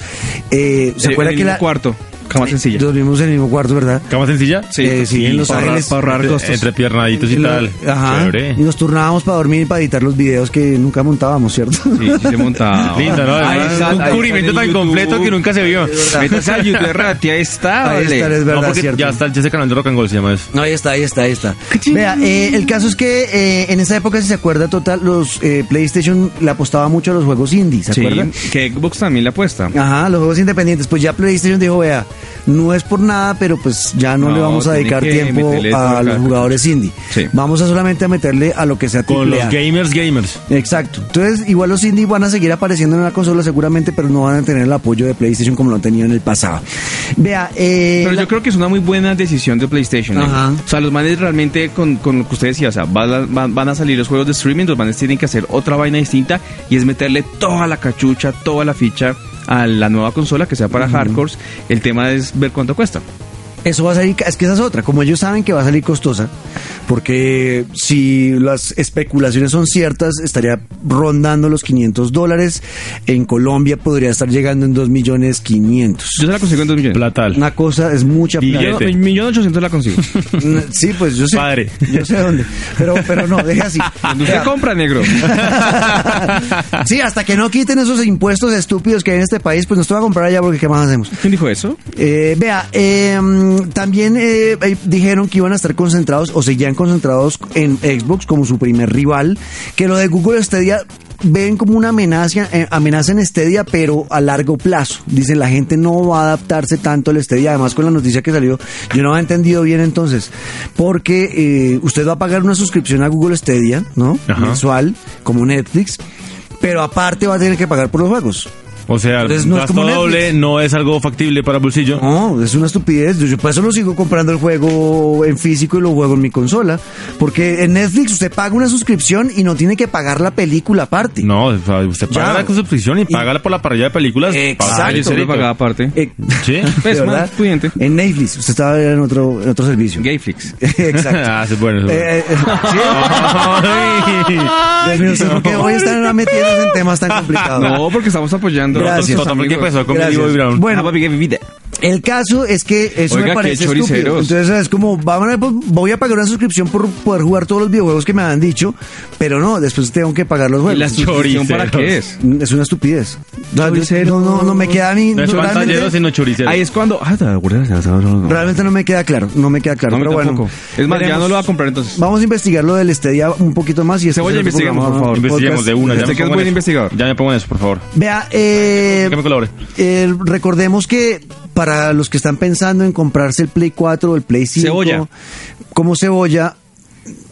Speaker 1: eh, ¿Se
Speaker 3: Eh,
Speaker 1: acuerdan
Speaker 3: en
Speaker 1: que
Speaker 3: el
Speaker 1: la.
Speaker 3: cuarto, cama sencilla.
Speaker 1: Dormimos en el mismo cuarto, ¿verdad?
Speaker 2: ¿Cama sencilla?
Speaker 1: Sí, Eh, sí, en Los
Speaker 2: Para ahorrar-
Speaker 1: Ángeles.
Speaker 2: para ahorrar
Speaker 3: Entre-
Speaker 2: costos. Entre piernaditos y
Speaker 1: En la-
Speaker 2: tal.
Speaker 1: Ajá.
Speaker 2: Chévere.
Speaker 1: Y nos turnábamos para dormir y para editar los videos que nunca montábamos, ¿cierto?
Speaker 3: Sí, sí se montaba.
Speaker 2: Lindo, ¿no?
Speaker 3: Ah, Ahí está, ahí
Speaker 2: un
Speaker 3: está en
Speaker 2: cubrimiento tan
Speaker 3: YouTube.
Speaker 2: completo que nunca se vio.
Speaker 3: Métase a YouTube Rat, ahí está,
Speaker 1: Ahí está,
Speaker 3: vale.
Speaker 1: es verdad,
Speaker 2: no, porque
Speaker 1: cierto.
Speaker 2: ya está ese canal de Rock and Roll se llama eso.
Speaker 1: No, ahí está, ahí está, ahí está. Vea, eh, el caso es que eh, en esa época, si se acuerda, total, los eh, PlayStation le apostaba mucho a los juegos indie, ¿se
Speaker 3: Sí,
Speaker 1: acuerda?
Speaker 3: que Xbox también la apuesta.
Speaker 1: Ajá, los juegos independientes. Pues ya PlayStation dijo, vea, no es por nada, pero pues ya no,
Speaker 3: No,
Speaker 1: le vamos a
Speaker 3: tiene
Speaker 1: dedicar
Speaker 3: que
Speaker 1: tiempo
Speaker 3: meterle eso
Speaker 1: a
Speaker 3: acá.
Speaker 1: los jugadores indie.
Speaker 3: Sí.
Speaker 1: Vamos a solamente a meterle a lo que sea
Speaker 2: Con los
Speaker 1: AAA.
Speaker 2: gamers, gamers.
Speaker 1: Exacto. Entonces, igual los indie van a seguir apareciendo en la consola seguramente, pero no van a tener el apoyo de PlayStation como lo han tenido en el pasado. Vea, eh,
Speaker 3: Pero
Speaker 1: la-
Speaker 3: yo creo que es una muy buena decisión de PlayStation. ¿eh?
Speaker 1: Ajá.
Speaker 3: O sea, los manes realmente, con, con lo que usted decía, o sea, van a, van- van a salir los juegos de streaming, los manes tienen que hacer otra vaina distinta y es meterle toda la cachucha, toda la ficha a la nueva consola que sea para hardcores. El tema es ver cuánto cuesta.
Speaker 1: Eso va a salir, es que esa es otra, como ellos saben que va a salir costosa, porque si las especulaciones son ciertas, estaría rondando los 500 dólares, en Colombia podría estar llegando en 2 millones 500.
Speaker 3: Yo se la consigo en 2 millones.
Speaker 2: Platal.
Speaker 1: Una cosa es mucha
Speaker 3: Yo,
Speaker 1: plata.
Speaker 2: Billete.
Speaker 3: en millón ochocientos la consigo.
Speaker 1: Sí, pues yo sé.
Speaker 2: Padre.
Speaker 1: Yo sé dónde. Pero, pero no, deja así.
Speaker 3: Cuando usted
Speaker 1: Vea,
Speaker 3: compra, negro.
Speaker 1: sí, hasta que no quiten esos impuestos estúpidos que hay en este país, pues nos toca comprar allá porque ¿qué más hacemos?
Speaker 3: ¿Quién dijo eso?
Speaker 1: Eh, vea, eh, mm, también eh, eh, dijeron que iban a estar concentrados o seguían concentrados en Xbox como su primer rival, que lo de Google Stadia ven como una amenaza, eh, amenaza en Stadia, pero a largo plazo. Dicen, la gente no va a adaptarse tanto al Stadia. Además, con la noticia que salió, yo no había entendido bien entonces, porque eh, usted va a pagar una suscripción a Google Stadia, ¿no?
Speaker 2: Ajá.
Speaker 1: Mensual, como Netflix, pero aparte va a tener que pagar por los juegos.
Speaker 2: O sea,
Speaker 1: Entonces no es
Speaker 2: gasto
Speaker 1: como
Speaker 2: doble
Speaker 1: Netflix.
Speaker 2: no es algo factible para el bolsillo.
Speaker 3: Ah,
Speaker 1: No, es una estupidez. Yo, yo por eso lo sigo comprando el juego en físico y lo juego en mi consola. Porque en Netflix usted paga una suscripción y no tiene que pagar la película aparte.
Speaker 2: No, o sea, usted paga
Speaker 1: Ya.
Speaker 2: la suscripción y
Speaker 1: Y-
Speaker 2: paga por la parrilla de películas.
Speaker 1: Exacto.
Speaker 2: Paga el
Speaker 3: Yo siempre
Speaker 2: cerito.
Speaker 3: pagaba aparte.
Speaker 1: Eh,
Speaker 2: Sí.
Speaker 3: Pues,
Speaker 1: ¿de
Speaker 3: más
Speaker 1: verdad?
Speaker 3: pudiente.
Speaker 1: En Netflix, usted estaba en otro, en otro servicio.
Speaker 3: Gayflix.
Speaker 1: Exacto.
Speaker 2: Ah, sí, bueno, sí,
Speaker 1: Eh, eh, sí.
Speaker 2: Ay.
Speaker 1: Dios mío, ¿ustedes ¿por qué hoy están metiéndose en temas tan complicados?
Speaker 3: No, porque estamos apoyando
Speaker 1: Ah.
Speaker 3: a
Speaker 1: Gracias.
Speaker 3: nuestros
Speaker 2: Totalmente
Speaker 3: amigos.
Speaker 2: empezó con Millie
Speaker 1: Gracias.
Speaker 2: Bobby Brown.
Speaker 1: Bueno.
Speaker 3: Ah, papi, qué vida.
Speaker 1: El caso es que eso
Speaker 3: Oiga,
Speaker 1: me
Speaker 3: qué
Speaker 1: parece
Speaker 3: choriceros.
Speaker 1: estúpido. Entonces es como, vamos a- pues, voy a pagar una suscripción por poder jugar todos los videojuegos que me han dicho, pero no, después tengo que pagar los
Speaker 3: ¿Y
Speaker 1: juegos.
Speaker 3: la suscripción para
Speaker 2: choriceros.
Speaker 3: qué es?
Speaker 1: Es una estupidez. No,
Speaker 3: Choriceros.
Speaker 1: no, no, no me queda ni...
Speaker 2: No es
Speaker 1: realmente-
Speaker 2: pantallero, sino choricero.
Speaker 3: Ahí es cuando. Ah, te acuerdas, te acuerdas, no, no.
Speaker 1: Realmente no me queda claro, no me queda claro,
Speaker 3: No, a mí
Speaker 1: pero bueno.
Speaker 3: tampoco. Es más, ya
Speaker 1: veremos.
Speaker 3: no lo va a comprar entonces.
Speaker 1: Vamos a investigar lo del Stadia un poquito más y después en
Speaker 3: Cebolla,
Speaker 1: otro
Speaker 3: investiguemos,
Speaker 1: programa,
Speaker 3: por favor.
Speaker 2: Investiguemos
Speaker 1: podcast.
Speaker 2: de una.
Speaker 3: Usted
Speaker 2: me
Speaker 3: que es
Speaker 2: pongo
Speaker 3: buen
Speaker 2: en eso.
Speaker 3: investigador.
Speaker 2: Ya me pongo en eso, por favor.
Speaker 1: Vea, eh,
Speaker 2: Que me colabore.
Speaker 1: eh, recordemos que para los que están pensando en comprarse el Play 4 o el Play 5,
Speaker 3: Cebolla.
Speaker 1: como cebolla,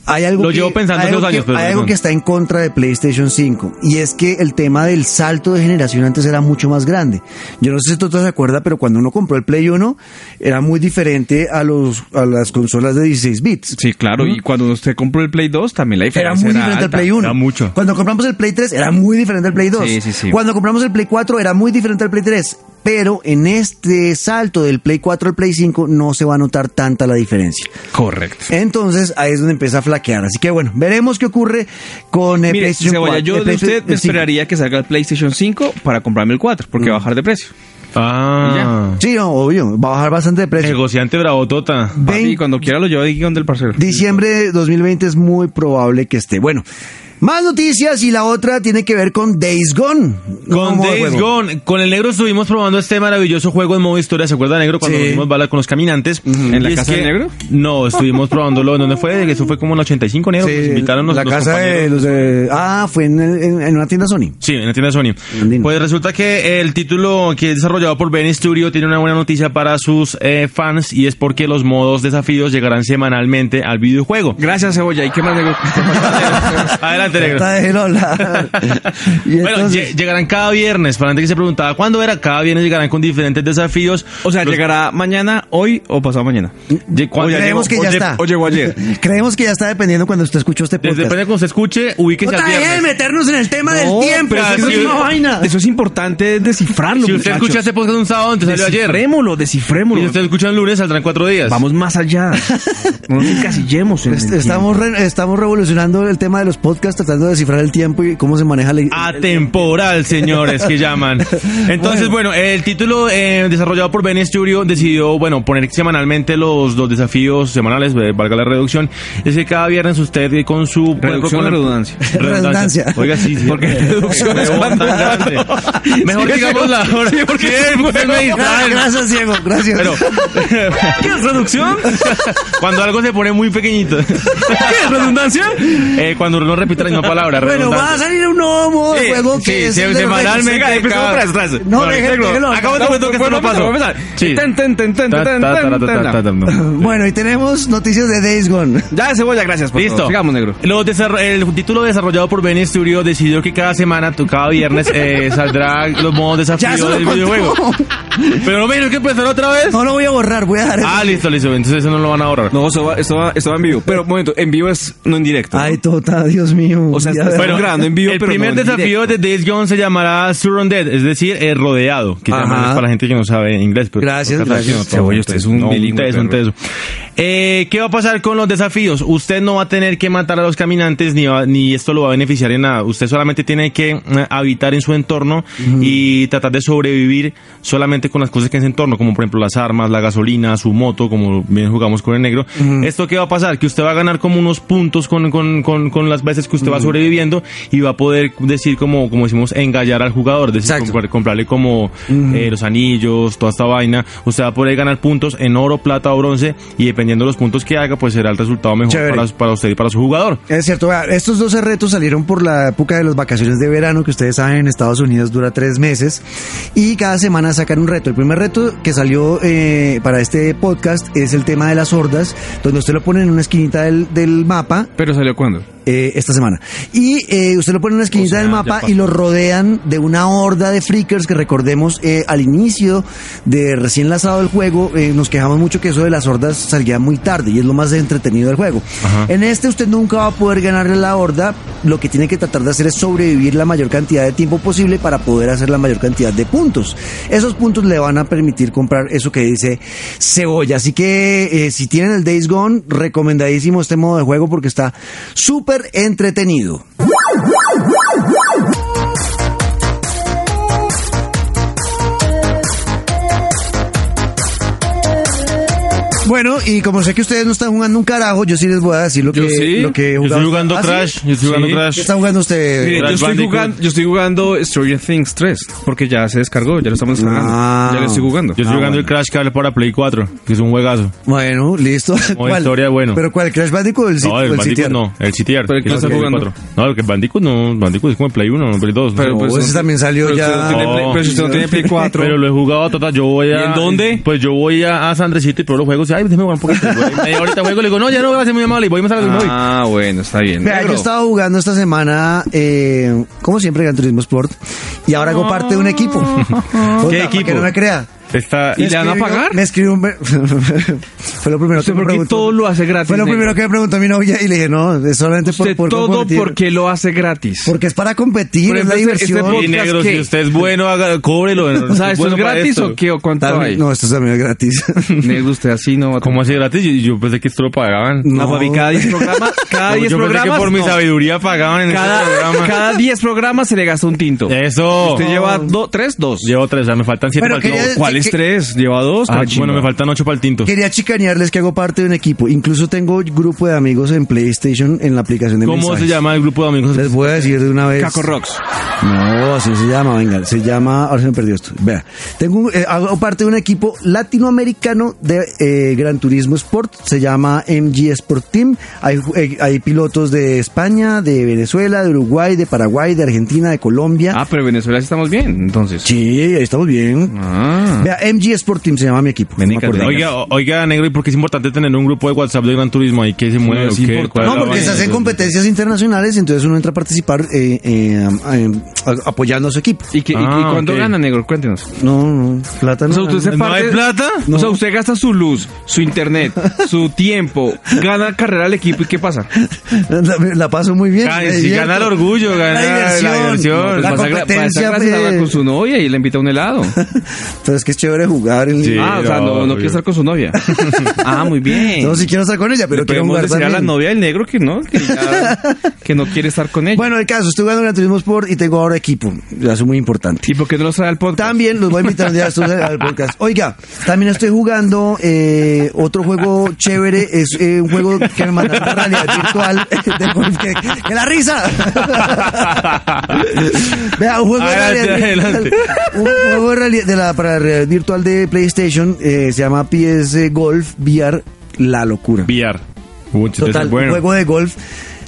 Speaker 1: hay algo
Speaker 2: Lo
Speaker 1: que,
Speaker 2: llevo pensando
Speaker 1: hay
Speaker 2: hace
Speaker 1: algo
Speaker 2: dos
Speaker 1: que-
Speaker 2: años, pero
Speaker 1: hay
Speaker 2: no.
Speaker 1: algo que está en contra de PlayStation 5 y es que el tema del salto de generación antes era mucho más grande. Yo no sé si tú te acuerdas, pero cuando uno compró el Play 1 era muy diferente a los a las consolas de 16 bits.
Speaker 3: Sí, claro. Y cuando usted compró el Play 2, también la
Speaker 1: Era
Speaker 3: diferencia
Speaker 1: muy
Speaker 3: era,
Speaker 1: diferente al
Speaker 3: alta,
Speaker 1: Play 1.
Speaker 3: era mucho.
Speaker 1: Cuando compramos el Play 3 era muy diferente al Play 2.
Speaker 3: Sí, sí, sí.
Speaker 1: Cuando compramos el Play 4 era muy diferente al Play 3. Pero en este salto del Play 4 al Play 5 no se va a notar tanta la diferencia.
Speaker 3: Correcto.
Speaker 1: Entonces ahí es donde empieza a flaquear. Así que bueno, veremos qué ocurre con eh,
Speaker 3: Mire,
Speaker 1: PlayStation
Speaker 3: Cebolla,
Speaker 1: 4.
Speaker 3: yo
Speaker 1: eh,
Speaker 3: de
Speaker 1: PlayStation-
Speaker 3: usted me
Speaker 1: eh, sí.
Speaker 3: esperaría que salga el PlayStation 5 para comprarme el 4, porque va a bajar de precio.
Speaker 2: Ah.
Speaker 1: Sí, no, obvio, va a bajar bastante de precio.
Speaker 2: Negociante Tota. bravotota.
Speaker 3: Y
Speaker 1: Vein-
Speaker 3: cuando quiera lo llevo aquí donde el parcero.
Speaker 1: Diciembre de 2020 es muy probable que esté. Bueno, más noticias y la otra tiene que ver con Days Gone.
Speaker 2: Con
Speaker 1: Como
Speaker 2: Days
Speaker 1: juego.
Speaker 2: Gone, con el negro estuvimos probando este maravilloso juego en modo historia. ¿Se acuerda, negro, cuando
Speaker 1: Sí.
Speaker 2: nos dimos bala con los caminantes?
Speaker 3: ¿En la
Speaker 2: Y es
Speaker 3: casa del negro?
Speaker 2: No, estuvimos probándolo. ¿En dónde fue? Eso fue como en el 85, negro.
Speaker 1: Sí,
Speaker 2: Nos invitaron pues, los,
Speaker 1: la
Speaker 2: los
Speaker 1: casa
Speaker 2: compañeros. pues,
Speaker 1: de los de- Ah, fue en, el- en- en una tienda Sony.
Speaker 2: Sí, en la tienda de Sony.
Speaker 1: Andino.
Speaker 2: Pues resulta que el título que es desarrollado por Ben Studio tiene una buena noticia para sus eh, fans y es porque los modos desafíos llegarán semanalmente al videojuego.
Speaker 3: Gracias, Cebolla. ¿Y qué más negro?
Speaker 2: Adelante, negro.
Speaker 1: Está de Lola. Y
Speaker 2: Ah, Bueno,
Speaker 1: entonces-
Speaker 2: lle- llegarán cada viernes. Para antes que se preguntaba cuándo era, cada viernes llegarán con diferentes desafíos.
Speaker 3: O sea,
Speaker 2: Los-
Speaker 3: ¿llegará mañana, hoy o pasado mañana?
Speaker 2: lle- cuando-
Speaker 1: creemos que
Speaker 2: o
Speaker 1: ya
Speaker 2: lle-
Speaker 1: está.
Speaker 3: o llegó ayer.
Speaker 1: Creemos que ya está dependiendo cuando usted escuchó este
Speaker 2: Desde
Speaker 1: podcast.
Speaker 2: depende de cuando se escuche, ubíquese al
Speaker 1: Otra vez
Speaker 2: viernes.
Speaker 1: meternos en el tema
Speaker 3: No,
Speaker 1: del tiempo.
Speaker 2: pero
Speaker 1: eso
Speaker 2: si-
Speaker 1: es una vaina.
Speaker 3: Eso es importante descifrarlo,
Speaker 2: Si usted escucha este podcast un sábado, entonces salió ayer.
Speaker 3: Descifrémoslo, descifrémoslo.
Speaker 2: Y si usted lo escucha el lunes, saldrán cuatro días.
Speaker 3: Vamos más allá. No nos encasillemos en el
Speaker 1: Est- Estamos, re- estamos revolucionando el tema de los podcasts, tratando de descifrar el tiempo y cómo se maneja la.
Speaker 2: Ah, Atemporal, señores, que llaman. Entonces, bueno, el título eh, desarrollado por Ben Studio decidió, bueno, poner semanalmente los, los desafíos semanales, eh, valga la reducción. Es que cada viernes usted eh, con su... con
Speaker 3: Reducción o
Speaker 2: la-
Speaker 3: redundancia.
Speaker 1: Redundancia.
Speaker 2: Oiga, sí, sí.
Speaker 3: Porque reducción es cuando-
Speaker 2: Mejor
Speaker 3: Sí,
Speaker 2: digamos la hora. porque me
Speaker 1: Gracias,
Speaker 2: distraen.
Speaker 1: gracias, Diego. Gracias.
Speaker 2: Ah, Pero,
Speaker 3: Ah, ¿Qué es reducción?
Speaker 2: cuando algo se pone muy pequeñito.
Speaker 3: ¿Qué es redundancia?
Speaker 2: Eh, cuando uno repite la misma palabra.
Speaker 1: bueno,
Speaker 2: redundancia.
Speaker 1: va a salir un nuevo modo de
Speaker 2: Sí,
Speaker 1: juego
Speaker 2: sí,
Speaker 1: que es.
Speaker 2: se-
Speaker 1: el de los
Speaker 2: semanalmente,
Speaker 1: Reyes.
Speaker 2: cada-
Speaker 1: No,
Speaker 2: Vale,
Speaker 1: deje-
Speaker 2: negro,
Speaker 1: déjelo.
Speaker 2: acabo de momento que esto no pasó.
Speaker 3: Vamos a empezar.
Speaker 2: Sí.
Speaker 3: Ten, ten, ten, ten,
Speaker 2: Ta,
Speaker 3: ten,
Speaker 2: ta,
Speaker 3: ten,
Speaker 2: ta, ta,
Speaker 3: ten,
Speaker 2: ta,
Speaker 3: ten.
Speaker 2: ta, ta.
Speaker 1: Bueno, y tenemos noticias de Days Gone.
Speaker 3: Ya, cebolla, gracias. por
Speaker 2: Listo.
Speaker 3: todo. Sigamos, negro.
Speaker 2: Los desarro- el título desarrollado por Ben Studio decidió que cada semana, tu- cada viernes, eh, saldrá los modos
Speaker 1: Ya se
Speaker 2: desafíos
Speaker 1: lo
Speaker 2: del
Speaker 1: contó.
Speaker 2: videojuego. Pero no me dijeron que empezar otra vez.
Speaker 1: No lo voy a borrar, voy a dejar.
Speaker 2: Ah, listo, listo. Entonces eso no lo van a ahorrar.
Speaker 3: No, esto va, esto va, esto va en vivo. Pero un momento, en vivo es no en directo. ¿no?
Speaker 1: Ay, Tota, Dios mío.
Speaker 3: O sea,
Speaker 1: Ya
Speaker 3: está-
Speaker 1: veo.
Speaker 3: Bueno, grabando en vivo,
Speaker 2: el
Speaker 3: pero
Speaker 2: primer
Speaker 3: no en
Speaker 2: desafío de Days Gone se llamará Surrounded, es decir, eh, rodeado, que
Speaker 1: Ajá.
Speaker 2: llaman, es para la gente que no sabe inglés. pero-
Speaker 1: Gracias,
Speaker 2: porque
Speaker 1: gracias.
Speaker 2: no, todo,
Speaker 3: Cebolla, usted es un bilingüe,
Speaker 2: teso, un
Speaker 3: perro.
Speaker 2: teso. Eh, ¿Qué va a pasar con los desafíos? Usted no va a tener que matar a los caminantes, ni, va- ni esto lo va a beneficiar en nada. Usted solamente tiene que eh, habitar en su entorno y tratar de sobrevivir solamente con las cosas que hay en su entorno, como por ejemplo las armas, la gasolina, su moto, como bien jugamos con el negro.
Speaker 1: Mm.
Speaker 2: ¿Esto qué va a pasar? Que usted va a ganar como unos puntos con, con, con, con las veces que usted
Speaker 1: Mm.
Speaker 2: va sobreviviendo y va a poder decir como, como decimos, engallar al jugador, decir,
Speaker 1: Exacto. Mm.
Speaker 2: comprar- comprarle como eh, los anillos, toda esta vaina. Usted va a poder ganar puntos en oro, plata o bronce y dependiendo de los puntos que haga, pues será el resultado mejor
Speaker 1: Chévere.
Speaker 2: para, para usted y para su jugador.
Speaker 1: Es cierto, vea, estos 12 retos salieron por la época de las vacaciones de verano, que ustedes saben en Estados Unidos dura tres meses, y cada semana sacan un reto. El primer reto que salió eh, para este podcast es el tema de las hordas, donde usted lo pone en una esquinita del, del mapa
Speaker 3: Pero salió cuándo?
Speaker 1: eh, esta semana. Y eh, usted lo pone en una esquinita
Speaker 2: O sea,
Speaker 1: del
Speaker 2: ya
Speaker 1: mapa
Speaker 2: pasó.
Speaker 1: y lo rodean de una horda de freakers que recordemos eh, al inicio de recién lanzado el juego, eh, nos quejamos mucho que eso de las hordas salía muy tarde y es lo más entretenido del juego. En este usted nunca va a poder ganarle a la horda, lo que tiene que tratar de hacer es sobrevivir la mayor cantidad de tiempo posible para poder hacer la mayor cantidad de puntos. Esos puntos le van a permitir comprar eso que dice cebolla. Así que eh, si tienen el Days Gone, recomendadísimo este modo de juego porque está súper entretenido. Bueno, y como sé que ustedes no están jugando un carajo, yo sí les voy a decir lo
Speaker 3: Yo
Speaker 1: que,
Speaker 3: sí.
Speaker 1: lo que he
Speaker 2: Yo
Speaker 1: jugado.
Speaker 2: estoy jugando
Speaker 1: ¿Ah, sí?
Speaker 2: Crash, yo estoy jugando
Speaker 3: Sí.
Speaker 1: ¿Qué
Speaker 2: Crash.
Speaker 1: está jugando usted?
Speaker 3: Mire, yo,
Speaker 2: Crash
Speaker 3: estoy
Speaker 2: Bandicoot.
Speaker 3: jugando, yo estoy jugando Stranger Things 3, porque ya se descargó, ya lo estamos descargando.
Speaker 1: Ah.
Speaker 3: Ya lo estoy jugando.
Speaker 2: Yo estoy jugando el Crash Cable para Play 4, que es un juegazo.
Speaker 1: Bueno, listo.
Speaker 2: historia, bueno.
Speaker 1: ¿Pero cuál? ¿Crash Bandicoot o el,
Speaker 2: No, el,
Speaker 1: el
Speaker 2: Bandicoot
Speaker 1: CTR?
Speaker 2: no, el CTR.
Speaker 3: ¿Pero
Speaker 2: que
Speaker 3: qué
Speaker 2: es
Speaker 3: estás
Speaker 2: el Play
Speaker 3: jugando?
Speaker 2: 4. No, el que Bandicoot no, Bandicoot es como el Play 1, no Play 2.
Speaker 3: Pero,
Speaker 2: no.
Speaker 1: No,
Speaker 3: pues,
Speaker 1: ese
Speaker 3: no-
Speaker 1: también salió
Speaker 3: pero
Speaker 1: ya-
Speaker 3: usted no tiene Play-
Speaker 2: No.
Speaker 3: pero si usted no tiene Play 4.
Speaker 2: Pero lo he jugado total, yo voy a...
Speaker 3: ¿Y en dónde?
Speaker 2: Pues yo voy a, a San Andresito y pruebo los juegos. y, ay, déjame jugar un poquito. güey. Ahorita juego, le digo, no, ya no, gracias, muy amable, y voy más a la que me voy.
Speaker 3: Ah, bueno, está bien.
Speaker 1: Vea, yo
Speaker 3: Negro.
Speaker 1: estaba jugando esta semana, eh, como siempre, Gran Turismo Sport, y ahora hago parte de un equipo. Puta, para
Speaker 2: equipo?
Speaker 1: Que no me crea.
Speaker 2: Está,
Speaker 3: ¿Y le van a
Speaker 1: escribió-
Speaker 3: pagar?
Speaker 1: Me escribió un... Fue lo primero que
Speaker 3: ¿Usted
Speaker 1: me
Speaker 3: por qué
Speaker 1: preguntó.
Speaker 3: todo lo hace gratis?
Speaker 1: Fue lo primero que me preguntó mi novia y le dije, no, es solamente por,
Speaker 3: Usted
Speaker 1: por
Speaker 3: todo
Speaker 1: competir.
Speaker 3: porque lo hace gratis.
Speaker 1: Porque es para competir,
Speaker 3: Por
Speaker 1: es la
Speaker 3: ejemplo, este- este
Speaker 1: diversión.
Speaker 2: Y negro,
Speaker 3: ¿qué?
Speaker 2: si usted es bueno, haga, cóbrelo.
Speaker 3: o sea, ¿esto
Speaker 2: bueno
Speaker 3: es
Speaker 2: para
Speaker 3: gratis
Speaker 2: esto.
Speaker 3: o qué? ¿O cuánto
Speaker 1: Tal-
Speaker 3: hay?
Speaker 1: No, esto también es gratis.
Speaker 3: Negro, usted así no va a
Speaker 2: ¿Cómo así gratis? Yo, yo pensé que esto lo pagaban.
Speaker 1: No.
Speaker 3: No, papi, cada 10 programas, cada
Speaker 2: Yo
Speaker 3: 10
Speaker 2: pensé que
Speaker 3: programas,
Speaker 2: por mi
Speaker 3: no.
Speaker 2: sabiduría pagaban en
Speaker 3: cada,
Speaker 2: este programa.
Speaker 3: cada 10 programas se le gasta un tinto.
Speaker 2: Eso.
Speaker 3: Usted lleva 3, tres, dos.
Speaker 2: Llevo tres, o sea, me faltan siete
Speaker 1: Pero
Speaker 2: para el
Speaker 1: quería-
Speaker 2: tinto.
Speaker 1: ¿Cuál
Speaker 3: ¿Cuáles
Speaker 1: que-
Speaker 3: tres? Lleva dos.
Speaker 2: Ah,
Speaker 3: Ah,
Speaker 2: bueno, me faltan ocho para el tinto.
Speaker 1: Quería chicanearles que hago parte de un equipo. Incluso tengo grupo de amigos en PlayStation en la aplicación de
Speaker 2: ¿Cómo
Speaker 1: mensajes.
Speaker 2: se llama el grupo de amigos?
Speaker 1: Les voy a decir de una vez.
Speaker 3: Caco Rocks.
Speaker 1: No, así se llama, venga, se llama, ahora se me perdió esto. Vea, tengo un- eh, hago parte de un equipo latinoamericano de eh, Gran Turismo Sport, se llama MG Sport Team. Hay, ju- eh, hay pilotos de España, de Venezuela, de Uruguay, de Paraguay, de Argentina, de Colombia.
Speaker 3: Ah, pero en Venezuela sí estamos bien, entonces.
Speaker 1: Sí, ahí estamos bien.
Speaker 2: Mm.
Speaker 3: Ah.
Speaker 1: Vea, MG Sport Team se llama mi equipo.
Speaker 3: Venica,
Speaker 1: no me acordaba.
Speaker 3: venga.
Speaker 2: Oiga, o- oiga, negro, ¿y por qué es importante tener un grupo de WhatsApp de Gran Turismo ahí que se mueve?
Speaker 3: es
Speaker 2: ¿Qué?
Speaker 3: importante.
Speaker 2: ¿Cuál es
Speaker 1: No,
Speaker 2: la
Speaker 1: porque
Speaker 2: vaina?
Speaker 1: se hacen competencias internacionales, entonces uno entra a participar eh, eh, eh, a- apoyando a su equipo.
Speaker 3: ¿Y, qué- y- y
Speaker 2: Ah,
Speaker 3: cuánto
Speaker 2: ok.
Speaker 3: gana, negro? Cuéntenos.
Speaker 1: No, no, plata
Speaker 3: O
Speaker 1: no.
Speaker 3: sea, usted se
Speaker 2: ¿No
Speaker 3: parte-
Speaker 2: hay plata?
Speaker 3: O sea, usted gasta su luz, su internet, su tiempo, gana carrera al equipo y ¿qué pasa?
Speaker 1: La, la paso muy bien.
Speaker 2: Gana-
Speaker 1: me
Speaker 2: si
Speaker 1: divierto.
Speaker 2: gana el orgullo, gana la
Speaker 1: diversión.
Speaker 2: diversión.
Speaker 1: No,
Speaker 2: Pues
Speaker 1: la
Speaker 3: pasa gra-
Speaker 1: competencia.
Speaker 3: pasa gracias a
Speaker 1: eh,
Speaker 3: hablar con su novia y le invita a un helado.
Speaker 1: Entonces, que es chévere jugar. En
Speaker 2: Sí.
Speaker 3: ah, o sea, no, no
Speaker 2: obvio.
Speaker 3: quiere estar con su novia. ah, muy bien.
Speaker 1: No, si quiero estar con ella, pero
Speaker 3: Le
Speaker 1: quiero
Speaker 3: podemos
Speaker 1: jugar
Speaker 3: decir a la
Speaker 1: también.
Speaker 3: novia del negro que no, que, ya- que no quiere estar con ella.
Speaker 1: Bueno, el caso, estoy jugando Gran Turismo Sport y tengo ahora equipo. Eso es muy importante.
Speaker 3: ¿Y por qué no los trae al podcast?
Speaker 1: También los voy a invitar un día a estos- al podcast. Oiga, también estoy jugando eh, otro juego chévere. Es eh, un juego que me mandaron de realidad virtual. de golf, que, que la risa! Vea, un juego de
Speaker 2: Adelante,
Speaker 1: realidad
Speaker 2: adelante.
Speaker 1: virtual- un juego de realidad- de la, para realidad virtual de PlayStation eh, se llama PS Golf VR La Locura.
Speaker 2: Villar. Uy, este es
Speaker 1: Total,
Speaker 2: bueno.
Speaker 1: un juego de golf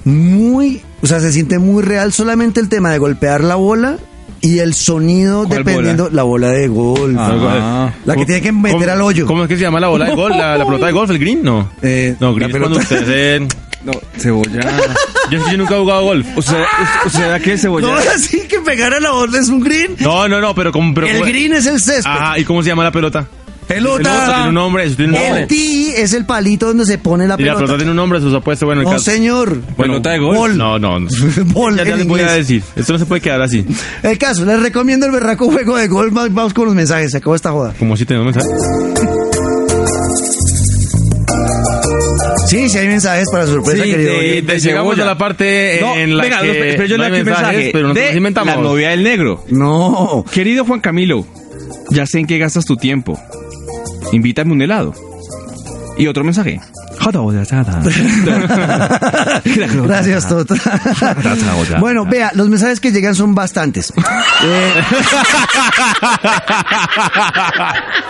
Speaker 1: muy, o sea, se siente muy real solamente el tema de golpear la bola y el sonido
Speaker 3: ¿Cuál
Speaker 1: dependiendo la bola de golf.
Speaker 3: Ah.
Speaker 1: La que tiene que meter
Speaker 2: ¿Cómo-
Speaker 1: al hoyo.
Speaker 2: ¿Cómo es que se llama la bola de golf? ¿La, la pelota de golf? ¿El green? No.
Speaker 1: Eh,
Speaker 2: no,
Speaker 1: la
Speaker 2: green es cuando
Speaker 1: pelota.
Speaker 2: usted se-
Speaker 3: No, cebolla.
Speaker 2: Yo, yo nunca he jugado golf.
Speaker 3: O sea, o- o sea, ¿qué es cebolla?
Speaker 1: No, así que pegar a la bola es un green.
Speaker 2: No, no, no, pero como... Pero,
Speaker 1: el green es el césped.
Speaker 2: Ajá, ¿y cómo se llama la pelota? Eso tiene un
Speaker 1: pelota.
Speaker 2: nombre, eso tiene un nombre.
Speaker 1: El tee es el palito donde se pone la
Speaker 2: Y la pelota
Speaker 1: pelota.
Speaker 2: tiene un nombre, eso se ha puesto bueno el
Speaker 1: No,
Speaker 2: caso.
Speaker 1: señor.
Speaker 2: Bueno,
Speaker 3: Pelota de golf.
Speaker 1: Ball.
Speaker 2: No, no. no.
Speaker 1: Ball
Speaker 2: ya ya
Speaker 1: en
Speaker 2: les voy a
Speaker 1: inglés.
Speaker 2: decir. Esto no se puede quedar así.
Speaker 1: El caso, les recomiendo el berraco juego de golf. Vamos con los mensajes, se acabó esta joda.
Speaker 2: Como si tenemos mensaje.
Speaker 1: Sí, sí hay mensajes para su sorpresa,
Speaker 3: Sí,
Speaker 1: querido.
Speaker 3: de-
Speaker 1: oyente.
Speaker 2: Eh,
Speaker 3: de
Speaker 2: llegamos
Speaker 3: cebolla.
Speaker 2: a la parte en-
Speaker 3: No,
Speaker 2: en la
Speaker 3: venga,
Speaker 2: que
Speaker 3: no, espere, espere, yo
Speaker 2: no
Speaker 3: le
Speaker 2: hay
Speaker 3: aquí un
Speaker 2: mensajes,
Speaker 3: mensaje
Speaker 2: pero nosotros
Speaker 3: de
Speaker 2: inventamos.
Speaker 3: la novia del negro.
Speaker 1: No.
Speaker 3: Querido Juan Camilo, ya sé en qué gastas tu tiempo. Invítame un helado. Y otro mensaje.
Speaker 1: Gracias, Tota. bueno, vea, los mensajes que llegan son bastantes. Eh,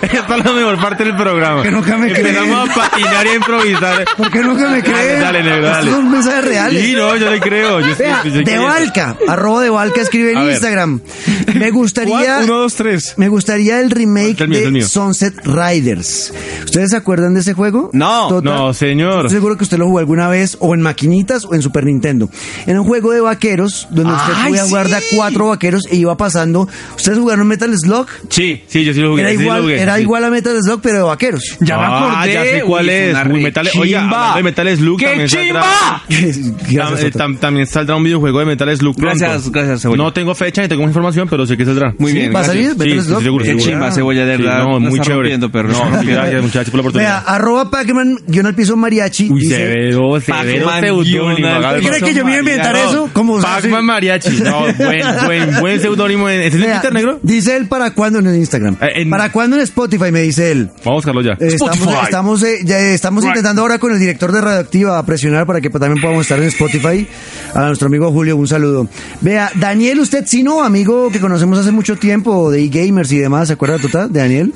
Speaker 2: Esta es la mejor parte del programa.
Speaker 1: Que nunca me
Speaker 2: Empezamos a patinar y a improvisar.
Speaker 1: ¿Por qué nunca me creen?
Speaker 2: dale, negro, dale.
Speaker 1: Estos son mensajes reales.
Speaker 2: Sí, no, yo le creo. Yo,
Speaker 1: Vea,
Speaker 2: yo- yo-
Speaker 1: de Valca, arroba de Valca, escribe en
Speaker 2: A ver.
Speaker 1: Instagram. Me gustaría...
Speaker 3: ¿Cuál? Uno, dos, tres.
Speaker 1: Me gustaría el remake
Speaker 2: El mío, el
Speaker 1: de
Speaker 2: mío.
Speaker 1: Sunset Riders. ¿Ustedes se acuerdan de ese juego?
Speaker 3: No,
Speaker 1: Tota,
Speaker 2: No, señor.
Speaker 1: Estoy seguro que usted lo jugó alguna vez o en maquinitas o en Super Nintendo. Era un juego de vaqueros donde usted
Speaker 3: ¡Ay,
Speaker 1: podía jugar de a
Speaker 3: sí!
Speaker 1: cuatro vaqueros e iba pasando. ¿Ustedes jugaron Metal Slug?
Speaker 2: Sí, sí, yo sí lo jugué.
Speaker 1: Era
Speaker 2: sí lo
Speaker 1: igual,
Speaker 2: jugué,
Speaker 1: era
Speaker 2: sí.
Speaker 1: igual a Metal Slug, pero de vaqueros.
Speaker 3: Ya me
Speaker 2: Ah,
Speaker 3: acordé.
Speaker 2: ya sé
Speaker 3: Uy,
Speaker 2: cuál es.
Speaker 3: una
Speaker 2: Uy,
Speaker 3: re
Speaker 2: Metal- oiga,
Speaker 3: chimba.
Speaker 2: hablando de Metal Slug,
Speaker 3: ¡Qué
Speaker 2: también saldrá-
Speaker 3: chimba!
Speaker 1: Gracias,
Speaker 2: Tam- eh,
Speaker 1: Tota.
Speaker 2: tam- también saldrá un videojuego de Metal Slug. pronto.
Speaker 3: Gracias, gracias, Cebolla.
Speaker 2: No tengo fecha ni tengo información, pero sé que saldrá.
Speaker 3: Muy
Speaker 1: Sí,
Speaker 3: bien,
Speaker 1: ¿va a salir?
Speaker 3: gracias.
Speaker 2: Sí,
Speaker 1: Metal
Speaker 2: sí,
Speaker 1: Slug.
Speaker 2: seguro,
Speaker 3: Qué
Speaker 2: seguro.
Speaker 3: chimba, Cebolla, de
Speaker 2: Sí,
Speaker 3: verdad.
Speaker 2: no,
Speaker 3: la
Speaker 2: muy
Speaker 3: está
Speaker 2: chévere.
Speaker 3: rompiendo, pero-
Speaker 2: No, sí, gracias, muchachos, por la
Speaker 1: Vea,
Speaker 2: oportunidad.
Speaker 1: arroba Pac-Man, guión al piso mariachi.
Speaker 2: Uy,
Speaker 1: dice,
Speaker 2: se ve, oh, se ve
Speaker 3: Pac-Man
Speaker 2: seudónimo.
Speaker 3: guión al-
Speaker 2: hágale,
Speaker 1: ¿Usted cree
Speaker 2: por
Speaker 1: que yo me iba a inventar eso? ¿Cómo se hace?
Speaker 2: Pac-Man Mariachi. No, buen, buen, buen seudónimo. ¿Es el
Speaker 1: vea,
Speaker 2: Twitter negro?
Speaker 1: Dice él para cuándo en el Instagram.
Speaker 2: Eh, en-
Speaker 1: ¿Para cuándo en Spotify? Me dice él.
Speaker 2: Vamos a buscarlo ya.
Speaker 1: Eh, Estamos,
Speaker 2: Spotify.
Speaker 1: estamos, eh, ya estamos intentando ahora con el director de Radioactiva a presionar para que pues, también podamos estar en Spotify. A nuestro amigo Julio, un saludo. Vea, Daniel, usted sí, no, amigo que conocemos hace mucho tiempo de e-gamers y demás, ¿se acuerda, Tota? De Daniel.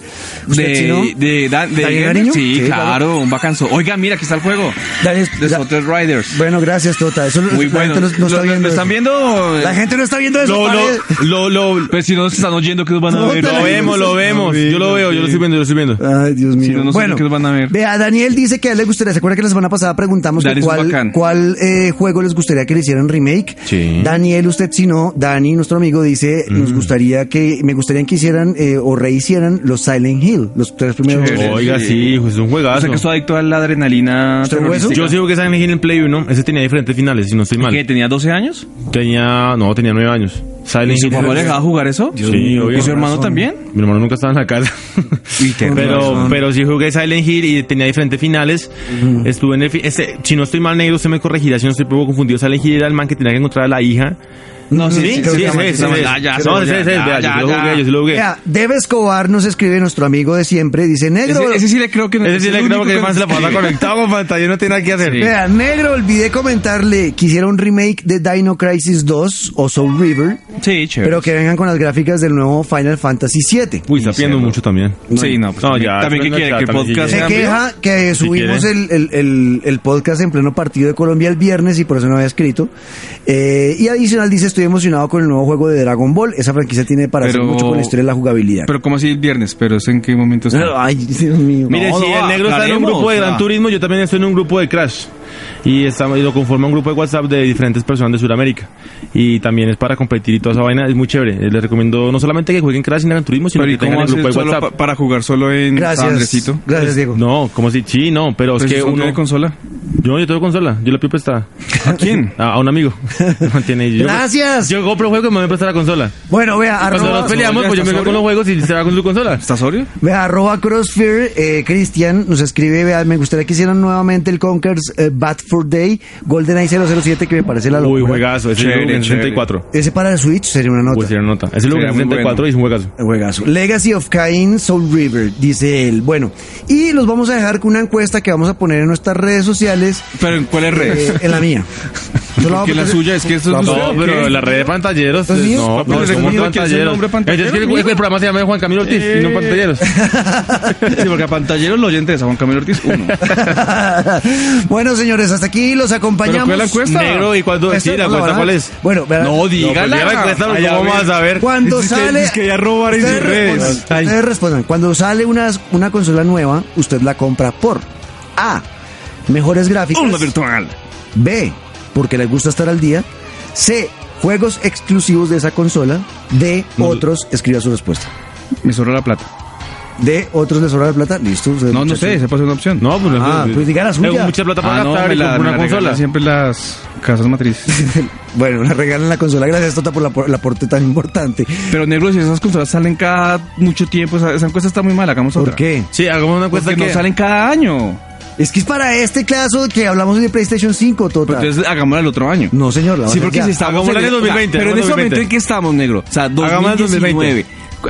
Speaker 1: ¿Usted sí, no?
Speaker 3: De, de, Dan- de-
Speaker 1: ¿Daniel Nariño?
Speaker 3: Sí,
Speaker 1: Sí, claro.
Speaker 3: claro, un bacanzo. Oiga, mira, aquí está el juego.
Speaker 1: Daniel-
Speaker 3: De
Speaker 1: da-
Speaker 3: Sotter Riders.
Speaker 1: Bueno, gracias, Tota. Eso lo-
Speaker 3: Muy
Speaker 1: la
Speaker 3: bueno.
Speaker 1: gente no- no
Speaker 3: ¿Lo-
Speaker 1: está
Speaker 3: lo-
Speaker 1: viendo
Speaker 3: ¿Lo
Speaker 1: eso.
Speaker 3: están viendo? eh.
Speaker 1: La gente no está viendo eso.
Speaker 2: Lo,
Speaker 1: pare-
Speaker 2: lo, lo, lo,
Speaker 3: Pero si no se están oyendo, ¿qué van a
Speaker 1: No,
Speaker 3: ver?
Speaker 1: te
Speaker 2: lo
Speaker 1: la-
Speaker 2: vemos, lo vemos.
Speaker 1: Sí,
Speaker 2: Yo lo lo veo, yo lo estoy viendo, yo lo estoy viendo.
Speaker 1: Ay, Dios mío.
Speaker 3: Si no, no sé
Speaker 1: bueno,
Speaker 3: qué van a ver.
Speaker 1: vea, Daniel dice que a él le gustaría. ¿Se acuerda que la semana pasada preguntamos que
Speaker 3: Dani es un
Speaker 1: cuál,
Speaker 3: bacán.
Speaker 1: cuál eh, juego les gustaría que le hicieran remake?
Speaker 2: Sí.
Speaker 1: Daniel, usted si no, Dani, nuestro amigo, dice, nos gustaría que, me gustaría que hicieran eh, o rehicieran los Silent Hill, los tres primeros.
Speaker 3: Chévere.
Speaker 1: juegos.
Speaker 2: Oiga, sí, hijo, es un
Speaker 3: O
Speaker 2: juegazo.
Speaker 3: sea que estoy adicto a la adrenalina.
Speaker 1: ¿Usted hueso?
Speaker 3: terrorística.
Speaker 2: Yo sigo que Silent Hill en el Play 1, ese tenía diferentes finales, si no estoy
Speaker 3: ¿Qué?
Speaker 2: mal.
Speaker 3: ¿Tenía 12 años?
Speaker 2: Tenía, no, tenía nueve años.
Speaker 3: ¿Y
Speaker 2: Silent
Speaker 3: su
Speaker 2: Hill.
Speaker 3: papá le dejaba jugar eso?
Speaker 2: Sí, obvio.
Speaker 3: ¿Y su hermano también?
Speaker 2: Mi hermano nunca estaba en la casa. pero, pero sí jugué Silent Hill y tenía diferentes finales. Estuve en el. fi- Este, si no estoy mal, negro, usted me corregirá. Si no estoy poco confundido, Silent Hill era el man que tenía que encontrar a la hija.
Speaker 3: No,
Speaker 1: sí,
Speaker 2: Sí,
Speaker 1: creo
Speaker 2: sí,
Speaker 1: que
Speaker 2: ese,
Speaker 1: sí,
Speaker 2: ese, ese.
Speaker 1: sí, ya,
Speaker 2: No, ese, ese, vea, Yo sí lo jugué, yo sí lo jugué.
Speaker 1: Vea, Debe Escobar nos escribe nuestro amigo de siempre, dice, negro.
Speaker 3: Ese, ese sí le creo que no
Speaker 2: Ese
Speaker 3: es
Speaker 2: sí
Speaker 3: el
Speaker 2: le creo
Speaker 3: único
Speaker 2: que el man se la pasa conectado con pantalla, no tiene nada que hacer.
Speaker 1: Vea, negro, olvidé comentarle que hiciera un remake de Dino Crisis 2 o Soul River,
Speaker 3: Sí, chévere.
Speaker 1: pero que vengan con las gráficas del nuevo Final Fantasy 7.
Speaker 2: Uy, está pidiendo
Speaker 3: cerdo.
Speaker 2: mucho también.
Speaker 3: sí, no, pues,
Speaker 2: No,
Speaker 3: también,
Speaker 2: ya,
Speaker 3: también que
Speaker 2: no,
Speaker 3: quiere
Speaker 2: ya,
Speaker 3: que el
Speaker 2: también
Speaker 3: podcast
Speaker 2: sí,
Speaker 1: Se
Speaker 3: sea
Speaker 2: ya.
Speaker 1: queja que
Speaker 2: Si
Speaker 1: subimos
Speaker 2: quiere.
Speaker 1: el, el- el- el podcast en pleno partido de Colombia el viernes y por eso no había escrito. Eh, y adicional dice, estoy emocionado con el nuevo juego de Dragon Ball. Esa franquicia tiene para hacer
Speaker 3: Pero-
Speaker 1: mucho con la historia y la jugabilidad.
Speaker 3: Pero como así el viernes, pero es en qué momento
Speaker 2: ah,
Speaker 3: está.
Speaker 1: Ay, Dios mío.
Speaker 2: Mire,
Speaker 3: No,
Speaker 2: si
Speaker 3: no,
Speaker 2: el negro está en un
Speaker 3: aclaremos,
Speaker 2: grupo de Gran
Speaker 3: ah.
Speaker 2: Turismo, yo también estoy en un grupo de Crash. Y, estamos, y lo conforma un grupo de WhatsApp de diferentes personas de Sudamérica. Y también es para competir y toda esa vaina. Es muy chévere. Eh, Les recomiendo no solamente que jueguen Crash en Gran Turismo, sino
Speaker 3: Pero ¿y
Speaker 2: que tengan el
Speaker 3: cómo haces
Speaker 2: grupo de
Speaker 3: solo
Speaker 2: WhatsApp.
Speaker 3: pa- para jugar solo en
Speaker 1: Gracias.
Speaker 3: San Andresito?
Speaker 1: Gracias, Diego.
Speaker 2: No, como si, sí, no, pero es
Speaker 3: Pues
Speaker 2: que
Speaker 3: eso no
Speaker 2: uno.
Speaker 3: tiene consola.
Speaker 2: Yo, yo tengo consola, yo la pido prestada.
Speaker 3: ¿A quién?
Speaker 2: A, a un amigo. Mantiene, yo,
Speaker 1: Gracias.
Speaker 2: Yo compro juegos y me voy a prestar la consola.
Speaker 1: Bueno, vea,
Speaker 2: Cuando
Speaker 1: arroba,
Speaker 2: nos peleamos,
Speaker 3: ya
Speaker 2: pues yo me
Speaker 3: está
Speaker 2: voy con
Speaker 3: sobrio.
Speaker 2: los juegos y se va con su consola.
Speaker 3: ¿Estás sobrio?
Speaker 1: vea, arroba Crossfear, eh, Cristian nos escribe, vea, me gustaría que hicieran nuevamente el Conker's eh, Bad for Day, GoldenEye 007, que me parece la
Speaker 2: Uy,
Speaker 1: locura.
Speaker 2: juegazo, ese
Speaker 3: Chévere,
Speaker 2: juego en
Speaker 3: chévere.
Speaker 2: 64.
Speaker 1: Ese para el Switch sería una nota.
Speaker 2: Pues era nota. Ese lugar en
Speaker 3: Sería muy
Speaker 2: 64
Speaker 3: bueno.
Speaker 2: y es un juegazo.
Speaker 1: Juegazo. Legacy of Cain Soul River, dice él. Bueno, y los vamos a dejar con una encuesta que vamos a poner en nuestras redes sociales,
Speaker 3: ¿Pero en cuál es red?
Speaker 1: eh, en la mía. Yo la voy a
Speaker 3: Porque la
Speaker 1: poner-
Speaker 3: suya es que eso es
Speaker 1: No,
Speaker 2: No,
Speaker 3: ¿Usted
Speaker 2: pero
Speaker 3: qué?
Speaker 2: la red de pantalleros.
Speaker 1: ¿Los
Speaker 2: eh,
Speaker 1: míos?
Speaker 2: No,
Speaker 1: No,
Speaker 2: pero
Speaker 1: pero
Speaker 2: somos
Speaker 3: ¿quién es el
Speaker 2: pantalleros.
Speaker 3: nombre
Speaker 2: Eh,
Speaker 3: pantallero, Eh,
Speaker 2: es que el,
Speaker 3: amigo?
Speaker 2: el programa se llama Juan Camilo Ortiz y no pantalleros.
Speaker 3: Sí, porque a pantalleros lo oyente de San Juan Camilo Ortiz, uno.
Speaker 1: bueno, señores, hasta aquí los acompañamos.
Speaker 3: ¿Pero cuál es la encuesta?
Speaker 2: Negro, ¿y cuándo
Speaker 1: Esta
Speaker 2: sí, la
Speaker 1: no la
Speaker 2: cuenta
Speaker 1: van a-
Speaker 2: cuál es?
Speaker 1: Bueno, vea-
Speaker 2: no, dígala.
Speaker 3: pues, ya la encuesta,
Speaker 2: Allá
Speaker 3: ¿cómo
Speaker 2: ven.
Speaker 3: vas a ver?
Speaker 1: Cuando
Speaker 3: Dice que-
Speaker 1: sale.
Speaker 3: dice que ya robar en
Speaker 1: ustedes
Speaker 3: sus redes.
Speaker 1: respondan,
Speaker 3: Ay.
Speaker 1: Ustedes respondan. Cuando sale una, una consola nueva, usted la compra por A. Mejores gráficos.
Speaker 3: Una virtual.
Speaker 1: B. Porque le gusta estar al día. C. Juegos exclusivos de esa consola. D. Otros. Escriba su respuesta.
Speaker 3: Me sobró la plata.
Speaker 1: D. Otros les sobra la plata. Listo. ustedes,
Speaker 3: No, no
Speaker 1: muchachos.
Speaker 3: sé, esa puede ser una opción. Ah,
Speaker 2: No, pues,
Speaker 1: Ah,
Speaker 2: no,
Speaker 1: pues diga la suya.
Speaker 2: Tengo mucha plata para gastar y compro una consola.
Speaker 3: siempre las casas matriz.
Speaker 1: Bueno, le regalan la consola. Gracias, Tota, por la por- el aporte tan importante.
Speaker 3: Pero negro, si esas consolas salen cada mucho tiempo, esa, esa encuesta está muy mal, hagamos
Speaker 1: ¿Por
Speaker 3: otra.
Speaker 1: qué?
Speaker 2: Sí, hagamos una
Speaker 3: Porque
Speaker 2: encuesta que
Speaker 3: no salen cada año.
Speaker 1: Es que es para este caso que hablamos hoy de PlayStation 5, Tota.
Speaker 3: Pues entonces hagámosla el otro año.
Speaker 1: no, señor. La va a
Speaker 3: sí,
Speaker 1: hacer
Speaker 3: porque
Speaker 1: ya.
Speaker 3: si estamos
Speaker 2: Hagámosla en el 2020,
Speaker 3: Pero en ese
Speaker 2: hagámosla en el
Speaker 3: momento en que estamos, negro. O sea,
Speaker 2: Hagámosla en
Speaker 3: 2019.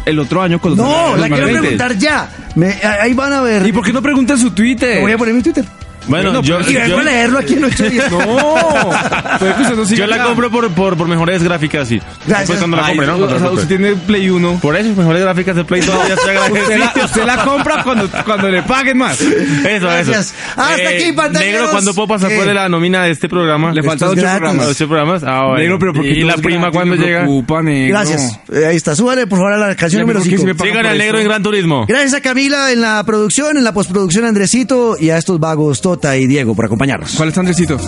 Speaker 3: El otro año cuando
Speaker 1: No,
Speaker 3: salga
Speaker 1: la
Speaker 3: el
Speaker 1: quiero
Speaker 3: 2020.
Speaker 1: preguntar ya. Me- ahí van a ver.
Speaker 3: ¿Y por qué no preguntan su Twitter?
Speaker 1: Me voy a poner mi Twitter.
Speaker 2: Bueno,
Speaker 3: Bueno,
Speaker 2: yo,
Speaker 1: Y vengo
Speaker 2: yo,
Speaker 1: a leerlo aquí en ocho días.
Speaker 3: No. Puede que usted no siga
Speaker 2: yo la
Speaker 3: acá.
Speaker 2: compro por, por, por mejores gráficas, sí.
Speaker 1: Gracias.
Speaker 2: Pues cuando la
Speaker 3: Ay,
Speaker 2: compre, ¿no?
Speaker 3: o
Speaker 2: Cuando la
Speaker 3: sea,
Speaker 2: compre.
Speaker 3: usted tiene Play 1.
Speaker 2: Por eso, mejores gráficas de Play todavía se
Speaker 3: Usted
Speaker 2: agradece.
Speaker 3: la, usted la compra cuando, cuando le paguen más.
Speaker 2: Eso,
Speaker 1: Gracias.
Speaker 2: eso.
Speaker 1: Hasta aquí, pantalleros.
Speaker 2: Negro, ¿cuando puedo pasar
Speaker 1: Eh.
Speaker 2: por la nómina de este programa?
Speaker 3: Le faltan
Speaker 1: es
Speaker 3: ocho
Speaker 1: gratis.
Speaker 2: ¿A
Speaker 3: programas.
Speaker 2: ocho programas. Ah, bueno.
Speaker 3: Negro, pero ¿por qué
Speaker 2: ¿Y
Speaker 3: no
Speaker 2: la
Speaker 3: es
Speaker 2: prima
Speaker 3: gratis?
Speaker 2: cuando
Speaker 3: Me
Speaker 2: llega?
Speaker 3: preocupa, negro.
Speaker 1: Gracias. Eh, ahí está. Súbale, por favor, a la canción
Speaker 3: Ya,
Speaker 1: número
Speaker 3: ¿por qué
Speaker 1: 5.
Speaker 3: se me-
Speaker 2: Sigan
Speaker 3: por
Speaker 2: al
Speaker 3: eso.
Speaker 2: negro en Gran Turismo.
Speaker 1: Gracias a Camila en la producción, en la postproducción, a Andresito y a estos vagos Tota y Diego por acompañarnos.
Speaker 3: ¿Cuál es Andresito?